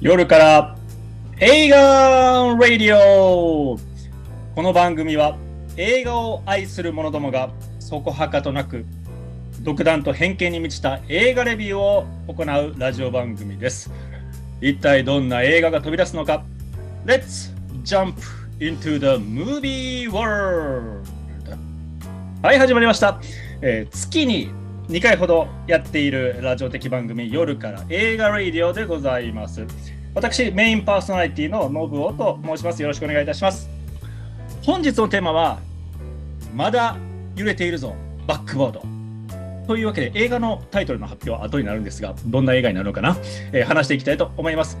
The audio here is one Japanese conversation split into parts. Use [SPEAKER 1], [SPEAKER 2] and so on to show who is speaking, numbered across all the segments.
[SPEAKER 1] 夜から映画ラディオこの番組は映画を愛する者どもがそこはかとなく独断と偏見に満ちた映画レビューを行うラジオ番組です一体どんな映画が飛び出すのか Let's jump into the movie world はい始まりました、えー月に2回ほどやっているラジオ的番組夜から映画ラディオでございます私メインパーソナリティのノブオと申しますよろしくお願いいたします本日のテーマはまだ揺れているぞバックボードというわけで映画のタイトルの発表は後になるんですがどんな映画になるのかな、えー話していきたいと思います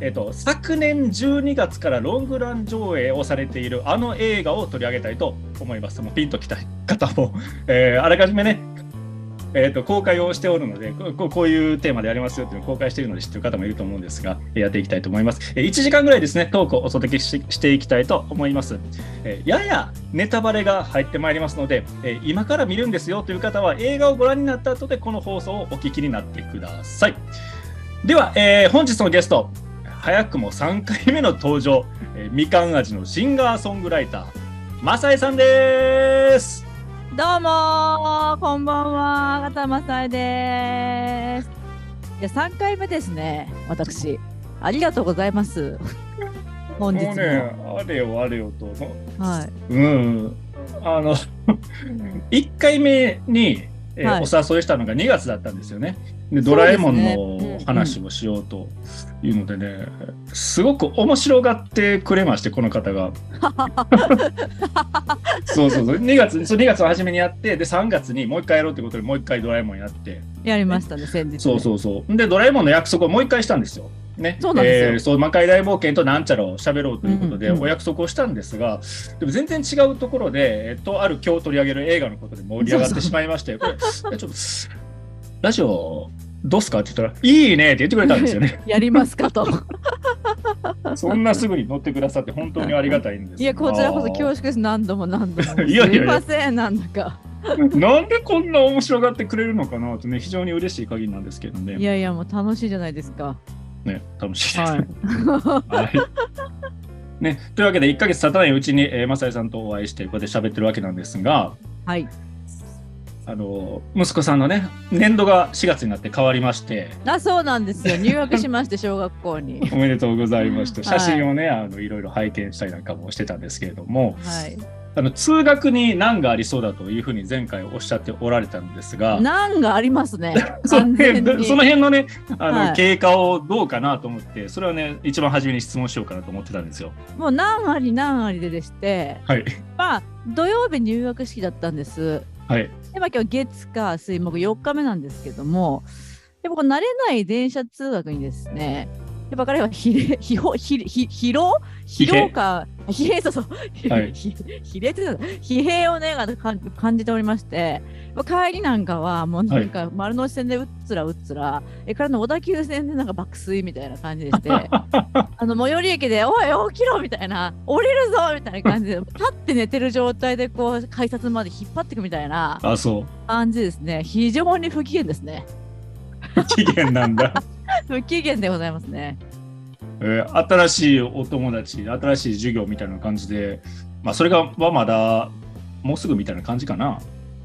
[SPEAKER 1] えっと昨年12月からロングラン上映をされているあの映画を取り上げたいと思います。もうピンときた方も、えーあらかじめね、えっと公開をしておるのでここうこういうテーマでやりますよっていうのを公開しているので知ってる方もいると思うんですがえーやっていきたいと思います。えー1時間ぐらいですねトークをお届けししていきたいと思います、えーややネタバレが入ってまいりますので、えー今から見るんですよという方は映画をご覧になった後でこの放送をお聞きになってください。では、えー本日のゲスト早くも3回目の登場、えーみかん味のシンガーソングライターマサイさんです
[SPEAKER 2] どうもーこんばんは片間さえですいや三回目ですね私ありがとうござ います本日
[SPEAKER 1] も
[SPEAKER 2] も
[SPEAKER 1] うねあれよあれよと
[SPEAKER 2] はい
[SPEAKER 1] うんあの1回目に、えー
[SPEAKER 2] は
[SPEAKER 1] お
[SPEAKER 2] い
[SPEAKER 1] 誘いしたのが2月だったんですよねでドラえもん
[SPEAKER 2] そうですね
[SPEAKER 1] の
[SPEAKER 2] うん
[SPEAKER 1] 話をしようというのでねすごく面白がってくれましてこの方 がそうそうそう2月そう2月を初めにやってで3月にもう1回やろうということでもう1回ドラえもんやって
[SPEAKER 2] やりましたね先日ね
[SPEAKER 1] そうそうそう。で、ドラえもんの約束をもう一回したんですよ。ね、
[SPEAKER 2] そうなんですよ
[SPEAKER 1] えーそう魔界大冒険となんちゃらを喋ろうということで
[SPEAKER 2] うんうんうん
[SPEAKER 1] お約束をしたんですが、でも全然違うところで、えっと、ある今日取り上げる映画のことで盛り上がっ
[SPEAKER 2] そう
[SPEAKER 1] て
[SPEAKER 2] そう
[SPEAKER 1] しまいま して、これ、いやちょっと、ラジオ、どうすかって言ったら、いいねって言ってくれたんですよ ね。
[SPEAKER 2] やります かと
[SPEAKER 1] そんなすぐに乗ってくださって、本当にありがたいんですが
[SPEAKER 2] いやこちらこそ恐縮です何度も何度も
[SPEAKER 1] いやいやいや
[SPEAKER 2] すみませんなんだか
[SPEAKER 1] なんでこんな面白がってくれるのかなとね、非常に嬉しい限りなんですけど
[SPEAKER 2] い
[SPEAKER 1] ね、
[SPEAKER 2] やいやもう楽しいじゃないですか
[SPEAKER 1] ね楽しいです。
[SPEAKER 2] はい
[SPEAKER 1] はい。ね、というわけで1ヶ月経たないうちに、えー、マサイさんとお会いしてこうやって喋ってるわけなんですが
[SPEAKER 2] はい
[SPEAKER 1] あの息子さんのね年度が4月になって変わりまして
[SPEAKER 2] あそうなんですよ入学しまして小学校に
[SPEAKER 1] おめでとうございました
[SPEAKER 2] は
[SPEAKER 1] 写
[SPEAKER 2] い
[SPEAKER 1] 真をね、い、あのいろいろ拝見したりなんかもしてたんですけれども
[SPEAKER 2] はい
[SPEAKER 1] あの通学に難がありそうだというふうに前回おっしゃっておられたんですが。
[SPEAKER 2] 難がありますね
[SPEAKER 1] その
[SPEAKER 2] 完全
[SPEAKER 1] 辺
[SPEAKER 2] に
[SPEAKER 1] その辺のねあの、
[SPEAKER 2] はい
[SPEAKER 1] 経過をどうかなと思ってそれはね一番初めに質問しようかなと思ってたんですよ。
[SPEAKER 2] もう何あり何ありででして
[SPEAKER 1] はい、
[SPEAKER 2] まあ土曜日入学式だったんです。
[SPEAKER 1] はい、
[SPEAKER 2] でまあ今日月火水木4日目なんですけども、やっぱこう慣れない電車通学にですね、やっぱ彼はひれ、ひほ、ひれ、ひ、疲労疲労か、疲弊、そうそう、
[SPEAKER 1] はい
[SPEAKER 2] ひひれってなんだ疲弊をね、あのかん感じておりまして、まあ帰りなんかはもうなんか丸の内線でうっつらうっつら、えからの小田急線でなんか爆睡みたいな感じ でして、あの最寄り駅で「おい起きろ!」みたいな「降りるぞ!」みたいな感じで立って寝てる状態でこう改札まで引っ張っていくみたいな
[SPEAKER 1] あそう
[SPEAKER 2] 感じですね非常に不機嫌ですね
[SPEAKER 1] 期限なんだ。
[SPEAKER 2] 不機嫌でございますね
[SPEAKER 1] えー新しいお友達新しい授業みたいな感じで、まあ、それがはまだもうすぐみたいな感じかな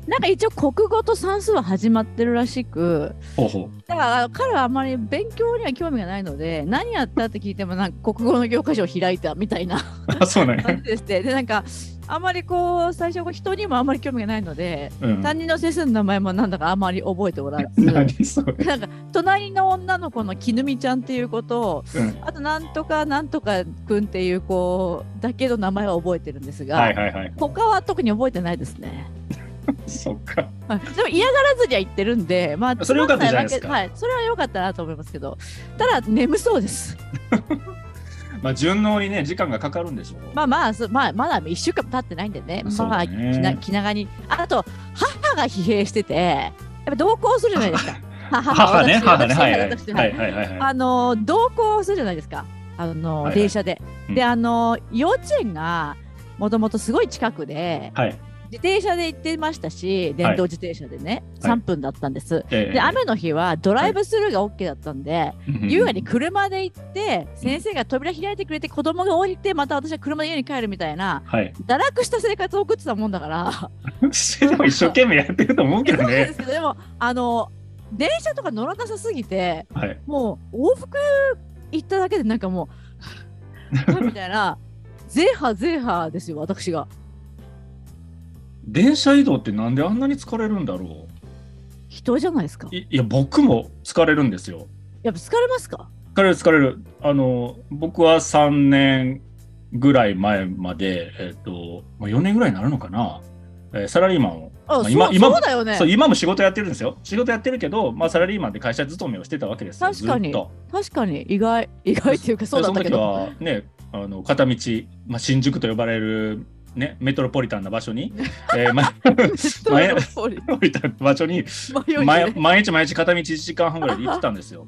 [SPEAKER 2] なんか一応国語と算数は始まってるらしく
[SPEAKER 1] ほうほ
[SPEAKER 2] だから彼はあんまり勉強には興味がないので何やったって聞いてもなんか国語の教科書を開いたみたいな
[SPEAKER 1] うあそうなんや
[SPEAKER 2] 感じでしてでなんかあんまりこう最初人にもあんまり興味がないので
[SPEAKER 1] うん、
[SPEAKER 2] 担任の先生の名前もなんだかあんまり覚えておらず
[SPEAKER 1] 何それ、
[SPEAKER 2] なんか隣の女の子のきぬみちゃんっていう子と
[SPEAKER 1] うん、
[SPEAKER 2] あとなんとかなんとかくんっていう子だけの名前は覚えてるんですが、
[SPEAKER 1] はいはいはい
[SPEAKER 2] 他は特に覚えてないですね。
[SPEAKER 1] そっか
[SPEAKER 2] はいでも嫌がらずには言ってるんで、まあ、
[SPEAKER 1] それ良かったじゃないですか
[SPEAKER 2] つまんわけはい、それは良かったなと思いますけど、ただ眠そうです。
[SPEAKER 1] まあ順応にね時間がかかるんでしょう、
[SPEAKER 2] まあまあ、そまあ、まだ1週間経ってないんでね、
[SPEAKER 1] そう
[SPEAKER 2] ま
[SPEAKER 1] だ
[SPEAKER 2] あ、
[SPEAKER 1] ね
[SPEAKER 2] 気な気長に。あと、母が疲弊してて、やっぱ同行するじゃないですか。母
[SPEAKER 1] 母ね
[SPEAKER 2] 私
[SPEAKER 1] 母ね
[SPEAKER 2] 私
[SPEAKER 1] はいはい
[SPEAKER 2] 私はい
[SPEAKER 1] はいはいはいはい
[SPEAKER 2] あの同行するじゃないですか、あの
[SPEAKER 1] はいはい
[SPEAKER 2] 電車で。
[SPEAKER 1] うん
[SPEAKER 2] で、あの幼稚園がもともとすごい近くで、
[SPEAKER 1] はい
[SPEAKER 2] 自転車で行ってましたし電動自転車でね、
[SPEAKER 1] はい
[SPEAKER 2] 3分だったんです、
[SPEAKER 1] ええ
[SPEAKER 2] で雨の日はドライブスルーが OK だったんで、
[SPEAKER 1] うん
[SPEAKER 2] 優雅に車で行って先生が扉開いてくれて子供が降りてまた私は車で家に帰るみたいな
[SPEAKER 1] はい。
[SPEAKER 2] 堕落した生活を送ってたもんだから
[SPEAKER 1] でも一生懸命やってると思うけど
[SPEAKER 2] そうで
[SPEAKER 1] ね。
[SPEAKER 2] すけどでもあの電車とか乗らなさすぎて
[SPEAKER 1] はい。
[SPEAKER 2] もう往復行っただけでなんかも うみたいなゼーハーゼーハーですよ私が
[SPEAKER 1] 電車移動ってなんであんなに疲れるんだろ
[SPEAKER 2] 人じゃないですか
[SPEAKER 1] う。いいや、僕も疲れるんですよ。
[SPEAKER 2] やっぱ疲れますか
[SPEAKER 1] 疲れる疲れる。あの、僕は3年ぐらい前まで、えっ、と、まあ、4年ぐらいになるのかな。えーサラリーマンを。
[SPEAKER 2] あ、
[SPEAKER 1] まあ今
[SPEAKER 2] 今そう
[SPEAKER 1] 今も
[SPEAKER 2] そうだよね
[SPEAKER 1] そう、今も仕事やってるんですよ。仕事やってるけど、まあ、サラリーマンで会社勤めをしてたわけですよ。
[SPEAKER 2] 確かに
[SPEAKER 1] ずっと
[SPEAKER 2] 確かに意外意外っていうかそうだったけ
[SPEAKER 1] で
[SPEAKER 2] ど
[SPEAKER 1] その時はねあの片道、まあ、新宿と呼ばれる、ね、メトロポリタンな場所 に、えー、まメ
[SPEAKER 2] 人の通り
[SPEAKER 1] トロポリタンな場所に
[SPEAKER 2] 迷いね
[SPEAKER 1] 毎毎日毎日片道1時間半ぐらいで行ってたんですよ。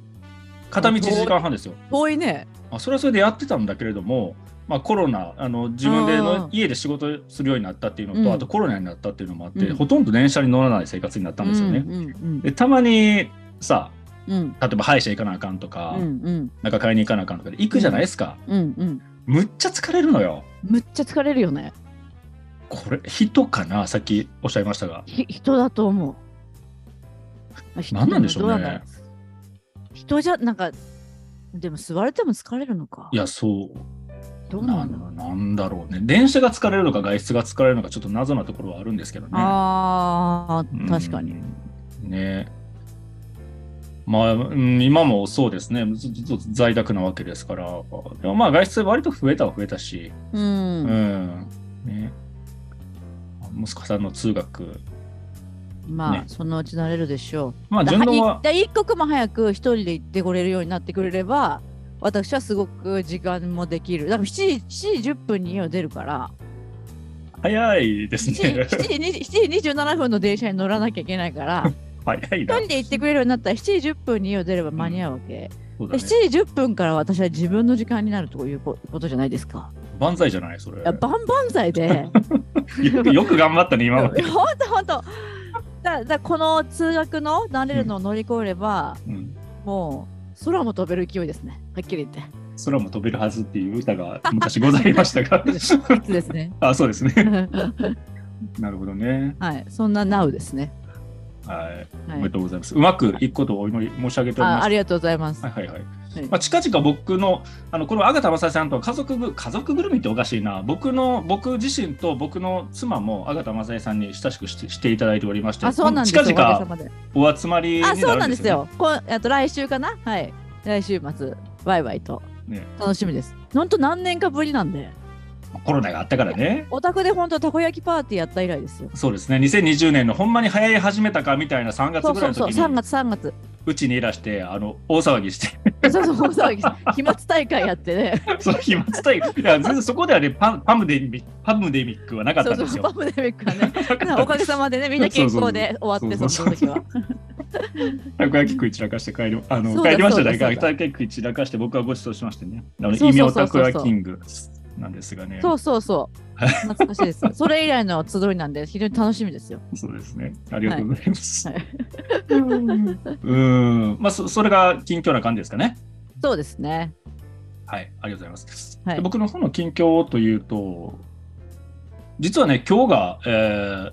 [SPEAKER 1] 片道1時間半ですよ。
[SPEAKER 2] 遠いね
[SPEAKER 1] まあ、それはそれでやってたんだけれども、まあ、コロナあの自分で
[SPEAKER 2] うん
[SPEAKER 1] の家で仕事するようになったっていうのと、
[SPEAKER 2] うん
[SPEAKER 1] あとコロナになったっていうのもあって、
[SPEAKER 2] うん
[SPEAKER 1] ほとんど電車に乗らない生活になったんですよね。
[SPEAKER 2] うんうん
[SPEAKER 1] でたまにさ
[SPEAKER 2] うんうん
[SPEAKER 1] 例えば歯医者行かなあかんとか、
[SPEAKER 2] うんうん
[SPEAKER 1] なんか買いに行かなあかんとかで行くじゃないですか、
[SPEAKER 2] うんうん
[SPEAKER 1] むっちゃ疲れるのよ
[SPEAKER 2] むっちゃ疲れるよね
[SPEAKER 1] これ人かなさっきおっしゃいましたが
[SPEAKER 2] ひ人だと思うまあ人
[SPEAKER 1] 何なんでしょうね
[SPEAKER 2] どなんだろ人じゃなんかでも座れても疲れるのか
[SPEAKER 1] いやそう
[SPEAKER 2] どう
[SPEAKER 1] な
[SPEAKER 2] な
[SPEAKER 1] ん
[SPEAKER 2] だろう、
[SPEAKER 1] んなんだろうね電車が疲れるのか外出が疲れるのかちょっと謎なところはあるんですけどね
[SPEAKER 2] あ
[SPEAKER 1] う
[SPEAKER 2] ー
[SPEAKER 1] ん
[SPEAKER 2] 確かに
[SPEAKER 1] ねまあ、うん今もそうですねずずずっと在宅なわけですからでもまあ外出割と増えたは増えたし
[SPEAKER 2] うん、
[SPEAKER 1] うん、ね息子さんの通学
[SPEAKER 2] まあ、
[SPEAKER 1] ね
[SPEAKER 2] そのうち慣れるでしょう
[SPEAKER 1] まあ
[SPEAKER 2] だ
[SPEAKER 1] 順
[SPEAKER 2] か
[SPEAKER 1] 応
[SPEAKER 2] ら
[SPEAKER 1] は
[SPEAKER 2] 一一刻も早く一人で行ってこれるようになってくれれば私はすごく時間もできるだから7時 ,7 時10分に家を出るから
[SPEAKER 1] 早いです
[SPEAKER 2] 7時
[SPEAKER 1] ね
[SPEAKER 2] 7時7時27分の電車に乗らなきゃいけないから
[SPEAKER 1] 早い
[SPEAKER 2] 一
[SPEAKER 1] な
[SPEAKER 2] 人で行ってくれるようになったら7時10分に家を出れば間に合うわけ、
[SPEAKER 1] そう
[SPEAKER 2] で
[SPEAKER 1] だね
[SPEAKER 2] 7時10分から私は自分の時間になるというこことじゃないですか。
[SPEAKER 1] 万歳じゃないそれ
[SPEAKER 2] いや万々 歳で
[SPEAKER 1] よくよく頑張ったね今まで、
[SPEAKER 2] ほんとほんとだだこの通学の慣れるのを乗り越えれば、
[SPEAKER 1] うん、
[SPEAKER 2] もう空も飛べる勢いですねはっきり言って。
[SPEAKER 1] 空も飛べるはずっていう歌が昔ございましたが
[SPEAKER 2] いつ ですね。
[SPEAKER 1] あそうですねなるほどね
[SPEAKER 2] はい、そんな Now ですね。
[SPEAKER 1] はいお
[SPEAKER 2] は
[SPEAKER 1] めで
[SPEAKER 2] い、
[SPEAKER 1] とうございます、うまくいくことをお祈り申し上げており
[SPEAKER 2] あ
[SPEAKER 1] ま
[SPEAKER 2] あ
[SPEAKER 1] す
[SPEAKER 2] りがとうございます。
[SPEAKER 1] は
[SPEAKER 2] はい
[SPEAKER 1] はいはい、
[SPEAKER 2] い
[SPEAKER 1] まあ、近々僕のあのこれは阿賀正さんと家族ぐ家族ぐるみっておかしいな僕の僕自身と僕の妻も阿賀正さんに親しくしてしていただいておりまして
[SPEAKER 2] あ、そうなんですよ。
[SPEAKER 1] 近
[SPEAKER 2] おかげさ
[SPEAKER 1] 々
[SPEAKER 2] まで。
[SPEAKER 1] お集まりにな
[SPEAKER 2] あ、
[SPEAKER 1] るんです
[SPEAKER 2] そ
[SPEAKER 1] よ、
[SPEAKER 2] う
[SPEAKER 1] ね、
[SPEAKER 2] なんですよ。こん、あと来週かな。はい、来週末、ワイワイと
[SPEAKER 1] ね
[SPEAKER 2] 楽しみです。本当何年かぶりなんで、
[SPEAKER 1] コロナがあったからね
[SPEAKER 2] お宅で本当たこ焼きパーティーやった以来ですよ。
[SPEAKER 1] そうですね2020年のほんまに流行り始めたかみたいな3月
[SPEAKER 2] そう
[SPEAKER 1] ぐら
[SPEAKER 2] そ
[SPEAKER 1] いうの
[SPEAKER 2] そう、
[SPEAKER 1] 時
[SPEAKER 2] 3
[SPEAKER 1] に
[SPEAKER 2] 月3月。
[SPEAKER 1] うちにいらしてあの大騒ぎして
[SPEAKER 2] そうそう、大騒ぎして飛沫大会やってね。
[SPEAKER 1] その飛沫大会いや全然そこではねパパムデミックパムデミックはなかっ
[SPEAKER 2] そ
[SPEAKER 1] た
[SPEAKER 2] うん
[SPEAKER 1] で
[SPEAKER 2] そう
[SPEAKER 1] す、よ
[SPEAKER 2] パ。ブデミックはね。
[SPEAKER 1] なかった
[SPEAKER 2] おかげさまでね、みんな健康で終わって、
[SPEAKER 1] そ
[SPEAKER 2] そうの
[SPEAKER 1] そうそう
[SPEAKER 2] 時は。
[SPEAKER 1] たこ焼き食い散らかして帰りあ
[SPEAKER 2] そ
[SPEAKER 1] の
[SPEAKER 2] うだ
[SPEAKER 1] 帰りましたじゃない
[SPEAKER 2] そう
[SPEAKER 1] か
[SPEAKER 2] だそう
[SPEAKER 1] た
[SPEAKER 2] だ
[SPEAKER 1] こ焼き食い散らかして僕はご馳走しましてねあの
[SPEAKER 2] そうそうそ
[SPEAKER 1] 異名
[SPEAKER 2] うそう
[SPEAKER 1] たこ焼きキングなんですがね
[SPEAKER 2] そうそうそう。懐かしいです。それ以来の集いなんで、非常に楽しみですよ。
[SPEAKER 1] そうですねありがとうございます、
[SPEAKER 2] はいは
[SPEAKER 1] うんうーんまあそそれが近況な感じですかね
[SPEAKER 2] そうですね。
[SPEAKER 1] はいありがとうございます、
[SPEAKER 2] はい
[SPEAKER 1] で僕の方の近況というと実はね今日が、えー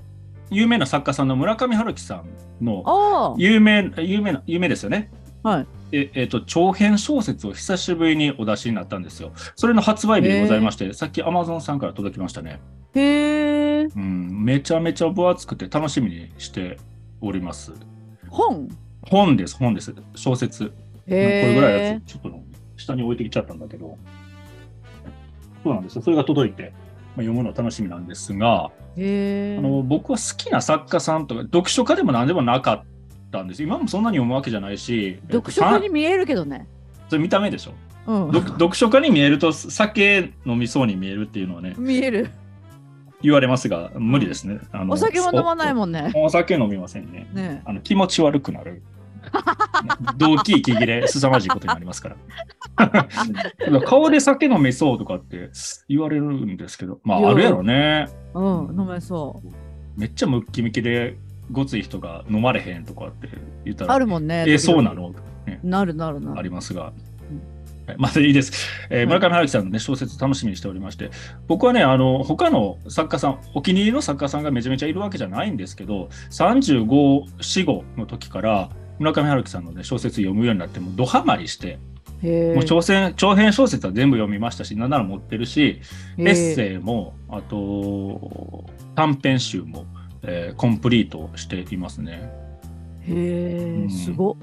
[SPEAKER 1] 有名な作家さんの村上春樹さんの
[SPEAKER 2] おお。
[SPEAKER 1] 有名有名な有名ですよね。
[SPEAKER 2] はい。
[SPEAKER 1] ええっと長編小説を久しぶりにお出しになったんですよ。それの発売日でございまして、さっき Amazon さんから届きましたね。
[SPEAKER 2] へえ。
[SPEAKER 1] うん、めちゃめちゃ分厚くて楽しみにしております。
[SPEAKER 2] 本。
[SPEAKER 1] 本です、本です。小説。これぐらいのや
[SPEAKER 2] へえ。
[SPEAKER 1] つ、ちょっと下に置いてきちゃったんだけど。そうなんですよ。それが届いて、まあ、読むの楽しみなんですが、
[SPEAKER 2] へえ。
[SPEAKER 1] あの僕は好きな作家さんとか、読書家でも何でもなかったんです。今もそんなに読むわけじゃないし、
[SPEAKER 2] 読書家
[SPEAKER 1] え
[SPEAKER 2] に
[SPEAKER 1] っと
[SPEAKER 2] 見えるけどね。
[SPEAKER 1] さんそれ見た目でしょ。
[SPEAKER 2] うん。
[SPEAKER 1] 読読書家に見えると酒飲みそうに見えるっていうのはね
[SPEAKER 2] 見える。
[SPEAKER 1] 言われますが無理ですね。あの
[SPEAKER 2] お酒も飲まないもんね。
[SPEAKER 1] おお酒飲みませんね。
[SPEAKER 2] ね
[SPEAKER 1] あの気持ち悪くなる。動機息切 れ凄まじいことになりますから 顔で酒飲めそうとかって言われるんですけどまああるやろね
[SPEAKER 2] え。うん。飲めそ
[SPEAKER 1] めっちゃムッキムキでごつい人が飲まれへんとかって言ったら、
[SPEAKER 2] あるもんね。
[SPEAKER 1] えーそうな
[SPEAKER 2] の
[SPEAKER 1] の
[SPEAKER 2] なるなるな
[SPEAKER 1] あ
[SPEAKER 2] る。
[SPEAKER 1] りますが。はいまずいいです、えー
[SPEAKER 2] はい
[SPEAKER 1] 村上春樹さんの、ね、小説楽しみにしておりまして僕はねあの他の作家さんお気に入りの作家さんがめちゃめちゃいるわけじゃないんですけど3545の時から村上春樹さんの、ね、小説読むようになってもうドハマりして、
[SPEAKER 2] へ
[SPEAKER 1] もう長編長編小説は全部読みましたし何なら持ってるし、エッ
[SPEAKER 2] イ。
[SPEAKER 1] セイも、あと、短編集も、えーコンプリートしていますね。
[SPEAKER 2] へ
[SPEAKER 1] う
[SPEAKER 2] え、
[SPEAKER 1] ん
[SPEAKER 2] すごっ。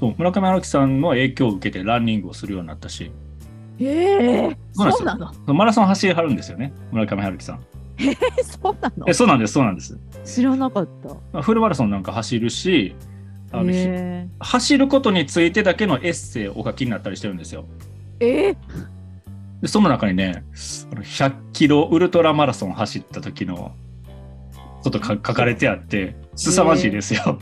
[SPEAKER 1] そう、村上春樹さんの影響を受けてランニングをするようになったし、
[SPEAKER 2] へえ、
[SPEAKER 1] そうなんですよ
[SPEAKER 2] そうなの。
[SPEAKER 1] マラソン走り張るんですよね、村上春樹さん。
[SPEAKER 2] え、そうなの
[SPEAKER 1] え、。そうなんです、そうなんです。
[SPEAKER 2] 知らなかった。
[SPEAKER 1] フルマラソンなんか走るし、あのひ
[SPEAKER 2] へ
[SPEAKER 1] 走ることについてだけのエッセイをお書きになったりしてるんですよ。
[SPEAKER 2] え。え
[SPEAKER 1] で、その中にね、あの100キロウルトラマラソン走った時の、ちょっとか書かれてあって、凄まじいですよ。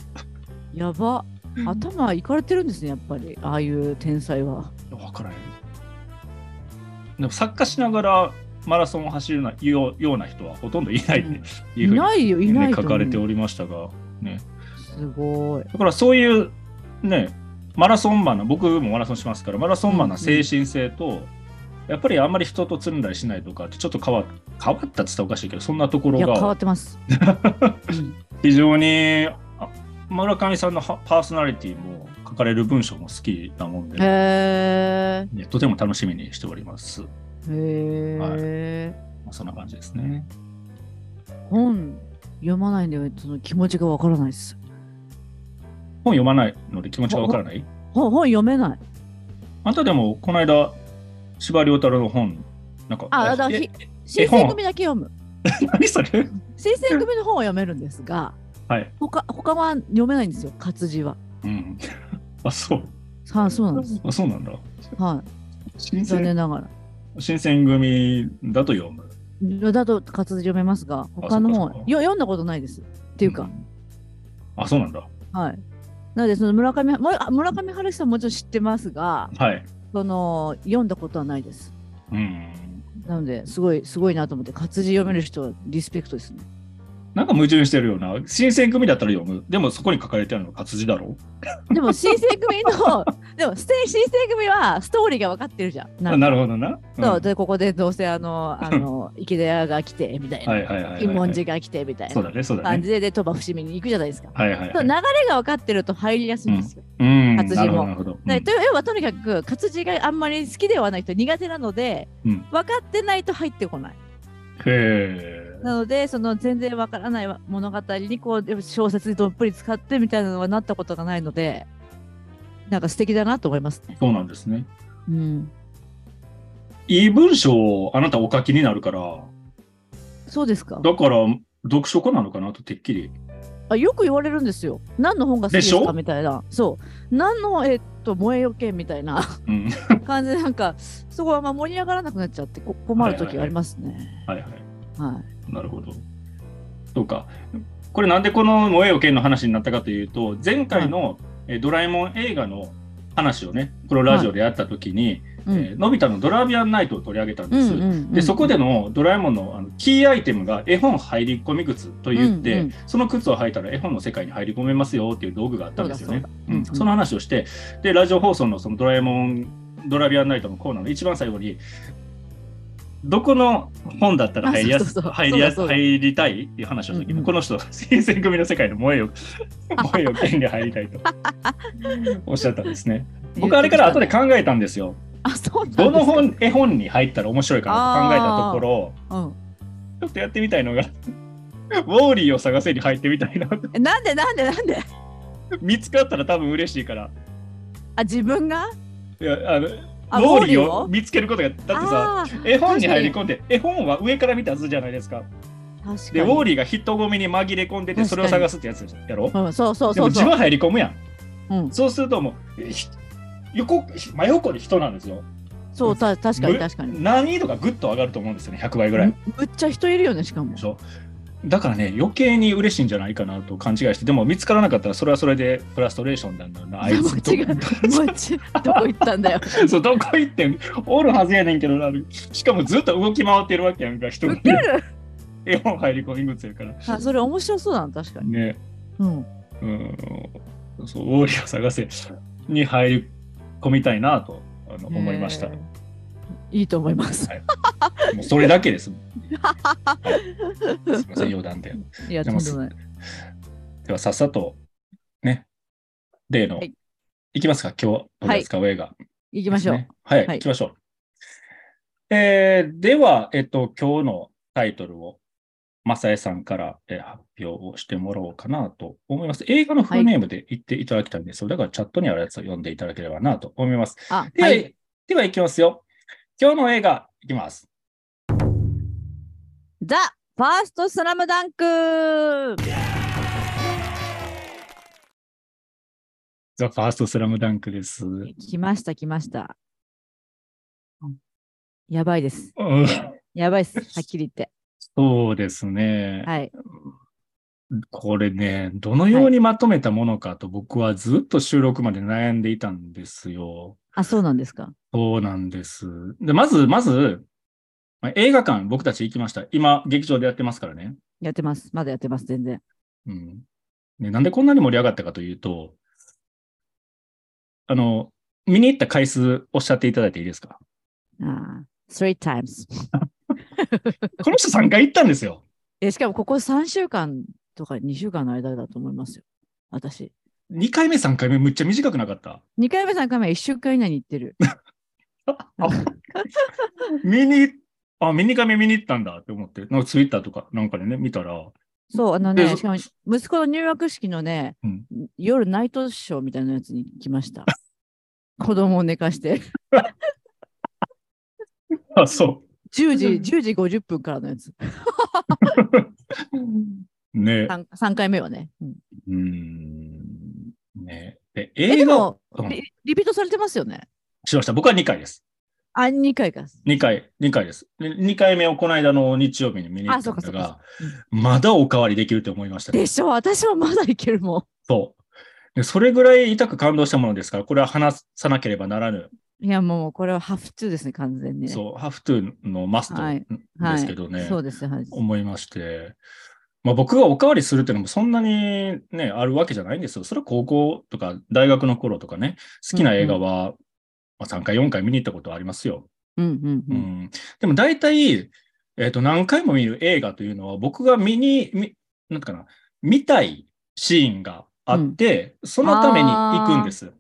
[SPEAKER 2] やば。頭いかれてるんですね、やっぱり。ああいう天才は。
[SPEAKER 1] 分からへんでも作家しながらマラソンを走るなようような人はほとんどいないっていう
[SPEAKER 2] い
[SPEAKER 1] ふうに、
[SPEAKER 2] ないよ、い
[SPEAKER 1] ね
[SPEAKER 2] ないと
[SPEAKER 1] 書
[SPEAKER 2] 思
[SPEAKER 1] か
[SPEAKER 2] う
[SPEAKER 1] れておりましたが、ね、
[SPEAKER 2] すごい。
[SPEAKER 1] だからそういうねマラソンマンな僕もマラソンしますからマラソンマンな精神性と、やっぱりあんまり人とつるんだりしないとかってちょっと変わ変わったって言ったらおかしいけどそんなところ
[SPEAKER 2] いや、変わ
[SPEAKER 1] が
[SPEAKER 2] ってます。うん
[SPEAKER 1] 非常にあ村上さんのはパーソナリティも書かれる文章も好きなもんで、ね
[SPEAKER 2] へえ。
[SPEAKER 1] とても楽しみにしております。ま
[SPEAKER 2] へえ。
[SPEAKER 1] あそんな感じですね。
[SPEAKER 2] 本読まないんで、その気持ちがわからないです。
[SPEAKER 1] 本読まないので気持ちがわからない
[SPEAKER 2] 本本読めない。
[SPEAKER 1] あんたでもこの間司馬遼太郎の本なんか
[SPEAKER 2] あ、だから
[SPEAKER 1] え
[SPEAKER 2] ひ
[SPEAKER 1] え
[SPEAKER 2] 新
[SPEAKER 1] 本
[SPEAKER 2] 選組だけ読む。
[SPEAKER 1] 何それ
[SPEAKER 2] 新選組の本は読めるんですが、
[SPEAKER 1] はい、
[SPEAKER 2] 他他は読めないんですよ、活字は。
[SPEAKER 1] うんあそう
[SPEAKER 2] はい、そうなんです。
[SPEAKER 1] あそうなんだ
[SPEAKER 2] は
[SPEAKER 1] 新
[SPEAKER 2] い、残念
[SPEAKER 1] 選
[SPEAKER 2] ながら。
[SPEAKER 1] 新選組だと読むっ
[SPEAKER 2] だと活字読めますが、他の
[SPEAKER 1] そっかそっ
[SPEAKER 2] 本
[SPEAKER 1] か
[SPEAKER 2] よ読んだことないです。っていうか、
[SPEAKER 1] あそうなんだ
[SPEAKER 2] はい。なのでその村上もうあ村上春樹さんもちろん知ってますが、
[SPEAKER 1] はい
[SPEAKER 2] その読んだことはないです。
[SPEAKER 1] うん
[SPEAKER 2] なのですごいすごいなと思って活字読める人はリスペクトですね。
[SPEAKER 1] なんか矛盾してるような新選組だったら読むでもそこに書かれてあるのは活字だろ
[SPEAKER 2] でも新選 組のでもステ新選組はストーリーが分かってるじゃん。
[SPEAKER 1] あ
[SPEAKER 2] なんか
[SPEAKER 1] なるほどな、うん
[SPEAKER 2] そう
[SPEAKER 1] はい
[SPEAKER 2] でここでどうせあの あの池田が来てみたいな、
[SPEAKER 1] はいはいはいはい
[SPEAKER 2] 一文字が来てみたい
[SPEAKER 1] そう
[SPEAKER 2] な
[SPEAKER 1] だねそうだ
[SPEAKER 2] 感
[SPEAKER 1] ね
[SPEAKER 2] じでで鳥羽伏見に行くじゃないですか。
[SPEAKER 1] はいはい、
[SPEAKER 2] そ
[SPEAKER 1] は
[SPEAKER 2] う
[SPEAKER 1] い
[SPEAKER 2] 流、れが分かってると入りやすいんですよ。
[SPEAKER 1] うん
[SPEAKER 2] 活字も
[SPEAKER 1] なるほどなるほど、うん
[SPEAKER 2] でと要はとにかく活字があんまり好きではない人苦手なので、
[SPEAKER 1] うん
[SPEAKER 2] 分かってないと入ってこない。
[SPEAKER 1] へえ
[SPEAKER 2] なのでその全然分からない物語にこう小説にどっぷり使ってみたいなのはなったことがないのでなんか素敵だなと思いますね。
[SPEAKER 1] そうなんですね
[SPEAKER 2] うん、
[SPEAKER 1] いい文章をあなたお書きになるから、
[SPEAKER 2] そうですか
[SPEAKER 1] だから読書家なのかなとてっきり。
[SPEAKER 2] あよく言われるんですよ。何の本が好きです
[SPEAKER 1] でしょ
[SPEAKER 2] かみたいな。そう。何の、えっと、燃えよけみたいな
[SPEAKER 1] うん、
[SPEAKER 2] 感じで、なんか、そこはあんま盛り上がらなくなっちゃって、こ困る時がありますね。
[SPEAKER 1] はいはい。
[SPEAKER 2] は
[SPEAKER 1] なるほど。そうか。これなんでこの萌えよ剣の話になったかというと、前回のえードラえもん映画の話をね、このラジオでやった時に、
[SPEAKER 2] い。うん
[SPEAKER 1] えーのび太のドラビアンナイトを取り上げたん
[SPEAKER 2] う
[SPEAKER 1] です。
[SPEAKER 2] んうんうん
[SPEAKER 1] でそこでのドラえもんのあのキーアイテムが絵本入り込み靴と言って、
[SPEAKER 2] うんうん
[SPEAKER 1] その靴を履いたら絵本の世界に入り込めますよっていう道具があったんですよね
[SPEAKER 2] そうだ。
[SPEAKER 1] う
[SPEAKER 2] だ
[SPEAKER 1] ん
[SPEAKER 2] うんうん
[SPEAKER 1] その話をしてでラジオ放送のそのドラえもんドラビアンナイトのコーナーの一番最後にどこの本だったら入りやす
[SPEAKER 2] あそうそうそう
[SPEAKER 1] 入りやす
[SPEAKER 2] そうだそうだ
[SPEAKER 1] 入りたいっていう話をした時に、
[SPEAKER 2] うんうん
[SPEAKER 1] この人新選組の世界の萌えよ 萌えよ剣に入りたいとおっしゃったんです ね。僕あれから後で、考えたんですよ。
[SPEAKER 2] あ、そうなんですか
[SPEAKER 1] どの本絵本に入ったら面白いかなと考えたところ
[SPEAKER 2] うん
[SPEAKER 1] ちょっとやってみたいのがウォーリーを探せに入ってみたいな
[SPEAKER 2] えなんでなんでなんで
[SPEAKER 1] 見つかったら多分嬉しいから
[SPEAKER 2] あ、自分が
[SPEAKER 1] いやあの
[SPEAKER 2] あ
[SPEAKER 1] ウォーリー
[SPEAKER 2] ウォーリー
[SPEAKER 1] を
[SPEAKER 2] を
[SPEAKER 1] 見つけることがだってさ
[SPEAKER 2] ああー、
[SPEAKER 1] 絵本に入り込んで絵本は上から見た図じゃないですか
[SPEAKER 2] 確かに。
[SPEAKER 1] でウォーリーが人混みに紛れ込んでて
[SPEAKER 2] 確かに
[SPEAKER 1] それを探すってやつやろ
[SPEAKER 2] うん、そうそう
[SPEAKER 1] で
[SPEAKER 2] そ
[SPEAKER 1] も
[SPEAKER 2] う
[SPEAKER 1] 自
[SPEAKER 2] そう。
[SPEAKER 1] 分は入り込むやん
[SPEAKER 2] うん、
[SPEAKER 1] そうするともうひ横真横に人なんですよ
[SPEAKER 2] そうた確かに
[SPEAKER 1] む
[SPEAKER 2] 確かに。
[SPEAKER 1] 難易度がぐっと上がると思うんですよね100倍ぐらい
[SPEAKER 2] むむっちゃ人いるよねしかも
[SPEAKER 1] でし。ょだからね余計に嬉しいんじゃないかなと勘違いしてでも見つからなかったらそれはそれでフラストレーションなんだよ なあいつ
[SPEAKER 2] 違 うもうちどこ行ったんだよ。
[SPEAKER 1] ど そうどこ行ってんおるはずやねんけどなしかもずっと動き回ってるわけやんか人
[SPEAKER 2] ウ
[SPEAKER 1] が
[SPEAKER 2] ケる。
[SPEAKER 1] 絵本入り込み靴やから。
[SPEAKER 2] あそれ面白そうだな確かに。
[SPEAKER 1] ね。
[SPEAKER 2] うん。
[SPEAKER 1] うん。そう、ウォーリーを探 せに入り込みたいなとあの思いました。
[SPEAKER 2] えーいいと思います。
[SPEAKER 1] もうそれだけです。すみません、余談で。
[SPEAKER 2] いや
[SPEAKER 1] で
[SPEAKER 2] とん
[SPEAKER 1] も
[SPEAKER 2] でもない。
[SPEAKER 1] では、さっさと、ね、例の、
[SPEAKER 2] はいい、
[SPEAKER 1] きますか、今日、どうですか、ウェイが。行
[SPEAKER 2] 行きましょう。。
[SPEAKER 1] はい、
[SPEAKER 2] は
[SPEAKER 1] 行
[SPEAKER 2] い
[SPEAKER 1] きましょう。えーでは、えっと、今日のタイトルを、マサエさんから、えー発表をしてもらおうかなと思います。映画のフルネームで言っていただきたいんですよ、だからチャットにあるやつを読んでいただければなと思います。
[SPEAKER 2] あ
[SPEAKER 1] では、
[SPEAKER 2] はい。
[SPEAKER 1] では行きますよ。今日の映画、いきます。
[SPEAKER 2] ザ・ファーストスラムダンク
[SPEAKER 1] ザ・ファースト・スラムダンクです。
[SPEAKER 2] 来ました来ました。やばいです。
[SPEAKER 1] うん
[SPEAKER 2] やばいです。はっきり言って。
[SPEAKER 1] そうですね。
[SPEAKER 2] はい。
[SPEAKER 1] これね、どのようにまとめたものかと僕はずっと収録まで悩んでいたんですよ。
[SPEAKER 2] あ、そうなんですか。
[SPEAKER 1] そうなんです。で、まず、まず、まあ映画館、僕たち行きました。今、劇場でやってますからね。
[SPEAKER 2] やってます。まだやってます。全然。
[SPEAKER 1] うん。ね、なんでこんなに盛り上がったかというと、あの、見に行った回数おっしゃっていただいていいですか
[SPEAKER 2] あー three times。
[SPEAKER 1] この人3回行ったんですよ。
[SPEAKER 2] え、しかもここ3週間とか2週間の間だと思いますよ。私。
[SPEAKER 1] 2回目、3回目、むっちゃ短くなかった。
[SPEAKER 2] 2回目、3回目は1週間以内に行ってる。
[SPEAKER 1] あ見に、あ、見に回目見に行ったんだって思って、なんかツイッターとかなんかでね、見たら、
[SPEAKER 2] そう、あの
[SPEAKER 1] で
[SPEAKER 2] ね、
[SPEAKER 1] そ
[SPEAKER 2] しかも息子の入学式のね、
[SPEAKER 1] うん
[SPEAKER 2] 夜ナイトショーみたいなやつに来ました。 子供を寝かして。
[SPEAKER 1] あ、そう。
[SPEAKER 2] 10時、10時50分からのやつ。
[SPEAKER 1] ね。
[SPEAKER 2] 3, 三回目はね。うん
[SPEAKER 1] うーん。ね。で、
[SPEAKER 2] え、
[SPEAKER 1] 映
[SPEAKER 2] で
[SPEAKER 1] 画、
[SPEAKER 2] も、
[SPEAKER 1] うん
[SPEAKER 2] リリピートされてますよね。
[SPEAKER 1] しました。僕は2回です。
[SPEAKER 2] あ、2回か。
[SPEAKER 1] 2回、二回です。で2回目をこの間の日曜日に見に行ったん
[SPEAKER 2] あ
[SPEAKER 1] だ
[SPEAKER 2] そうかそう
[SPEAKER 1] が
[SPEAKER 2] か、
[SPEAKER 1] まだおかわりできると思いましたね、
[SPEAKER 2] でしょ、私はまだいけるも
[SPEAKER 1] そう。でそれぐらい痛く感動したものですから、これは話さなければならぬ、
[SPEAKER 2] ん。いや、もうこれはハーフツーですね、完全にね。
[SPEAKER 1] そう、ハーフトゥーのマスト
[SPEAKER 2] はい
[SPEAKER 1] で
[SPEAKER 2] はい
[SPEAKER 1] すけどね、
[SPEAKER 2] そうです、はい。
[SPEAKER 1] 思いまして、まあ、僕がおかわりするっていうのもそんなにね、あるわけじゃないんですよ。それは高校とか大学の頃とかね、好きな映画は、まあ、3回、4回見に行ったことはありますよ。
[SPEAKER 2] うんうんう。
[SPEAKER 1] うんん、でも大体、えー、と何回も見る映画というのは僕が見にみなんかな見たいシーンがあって、そのために行くんです。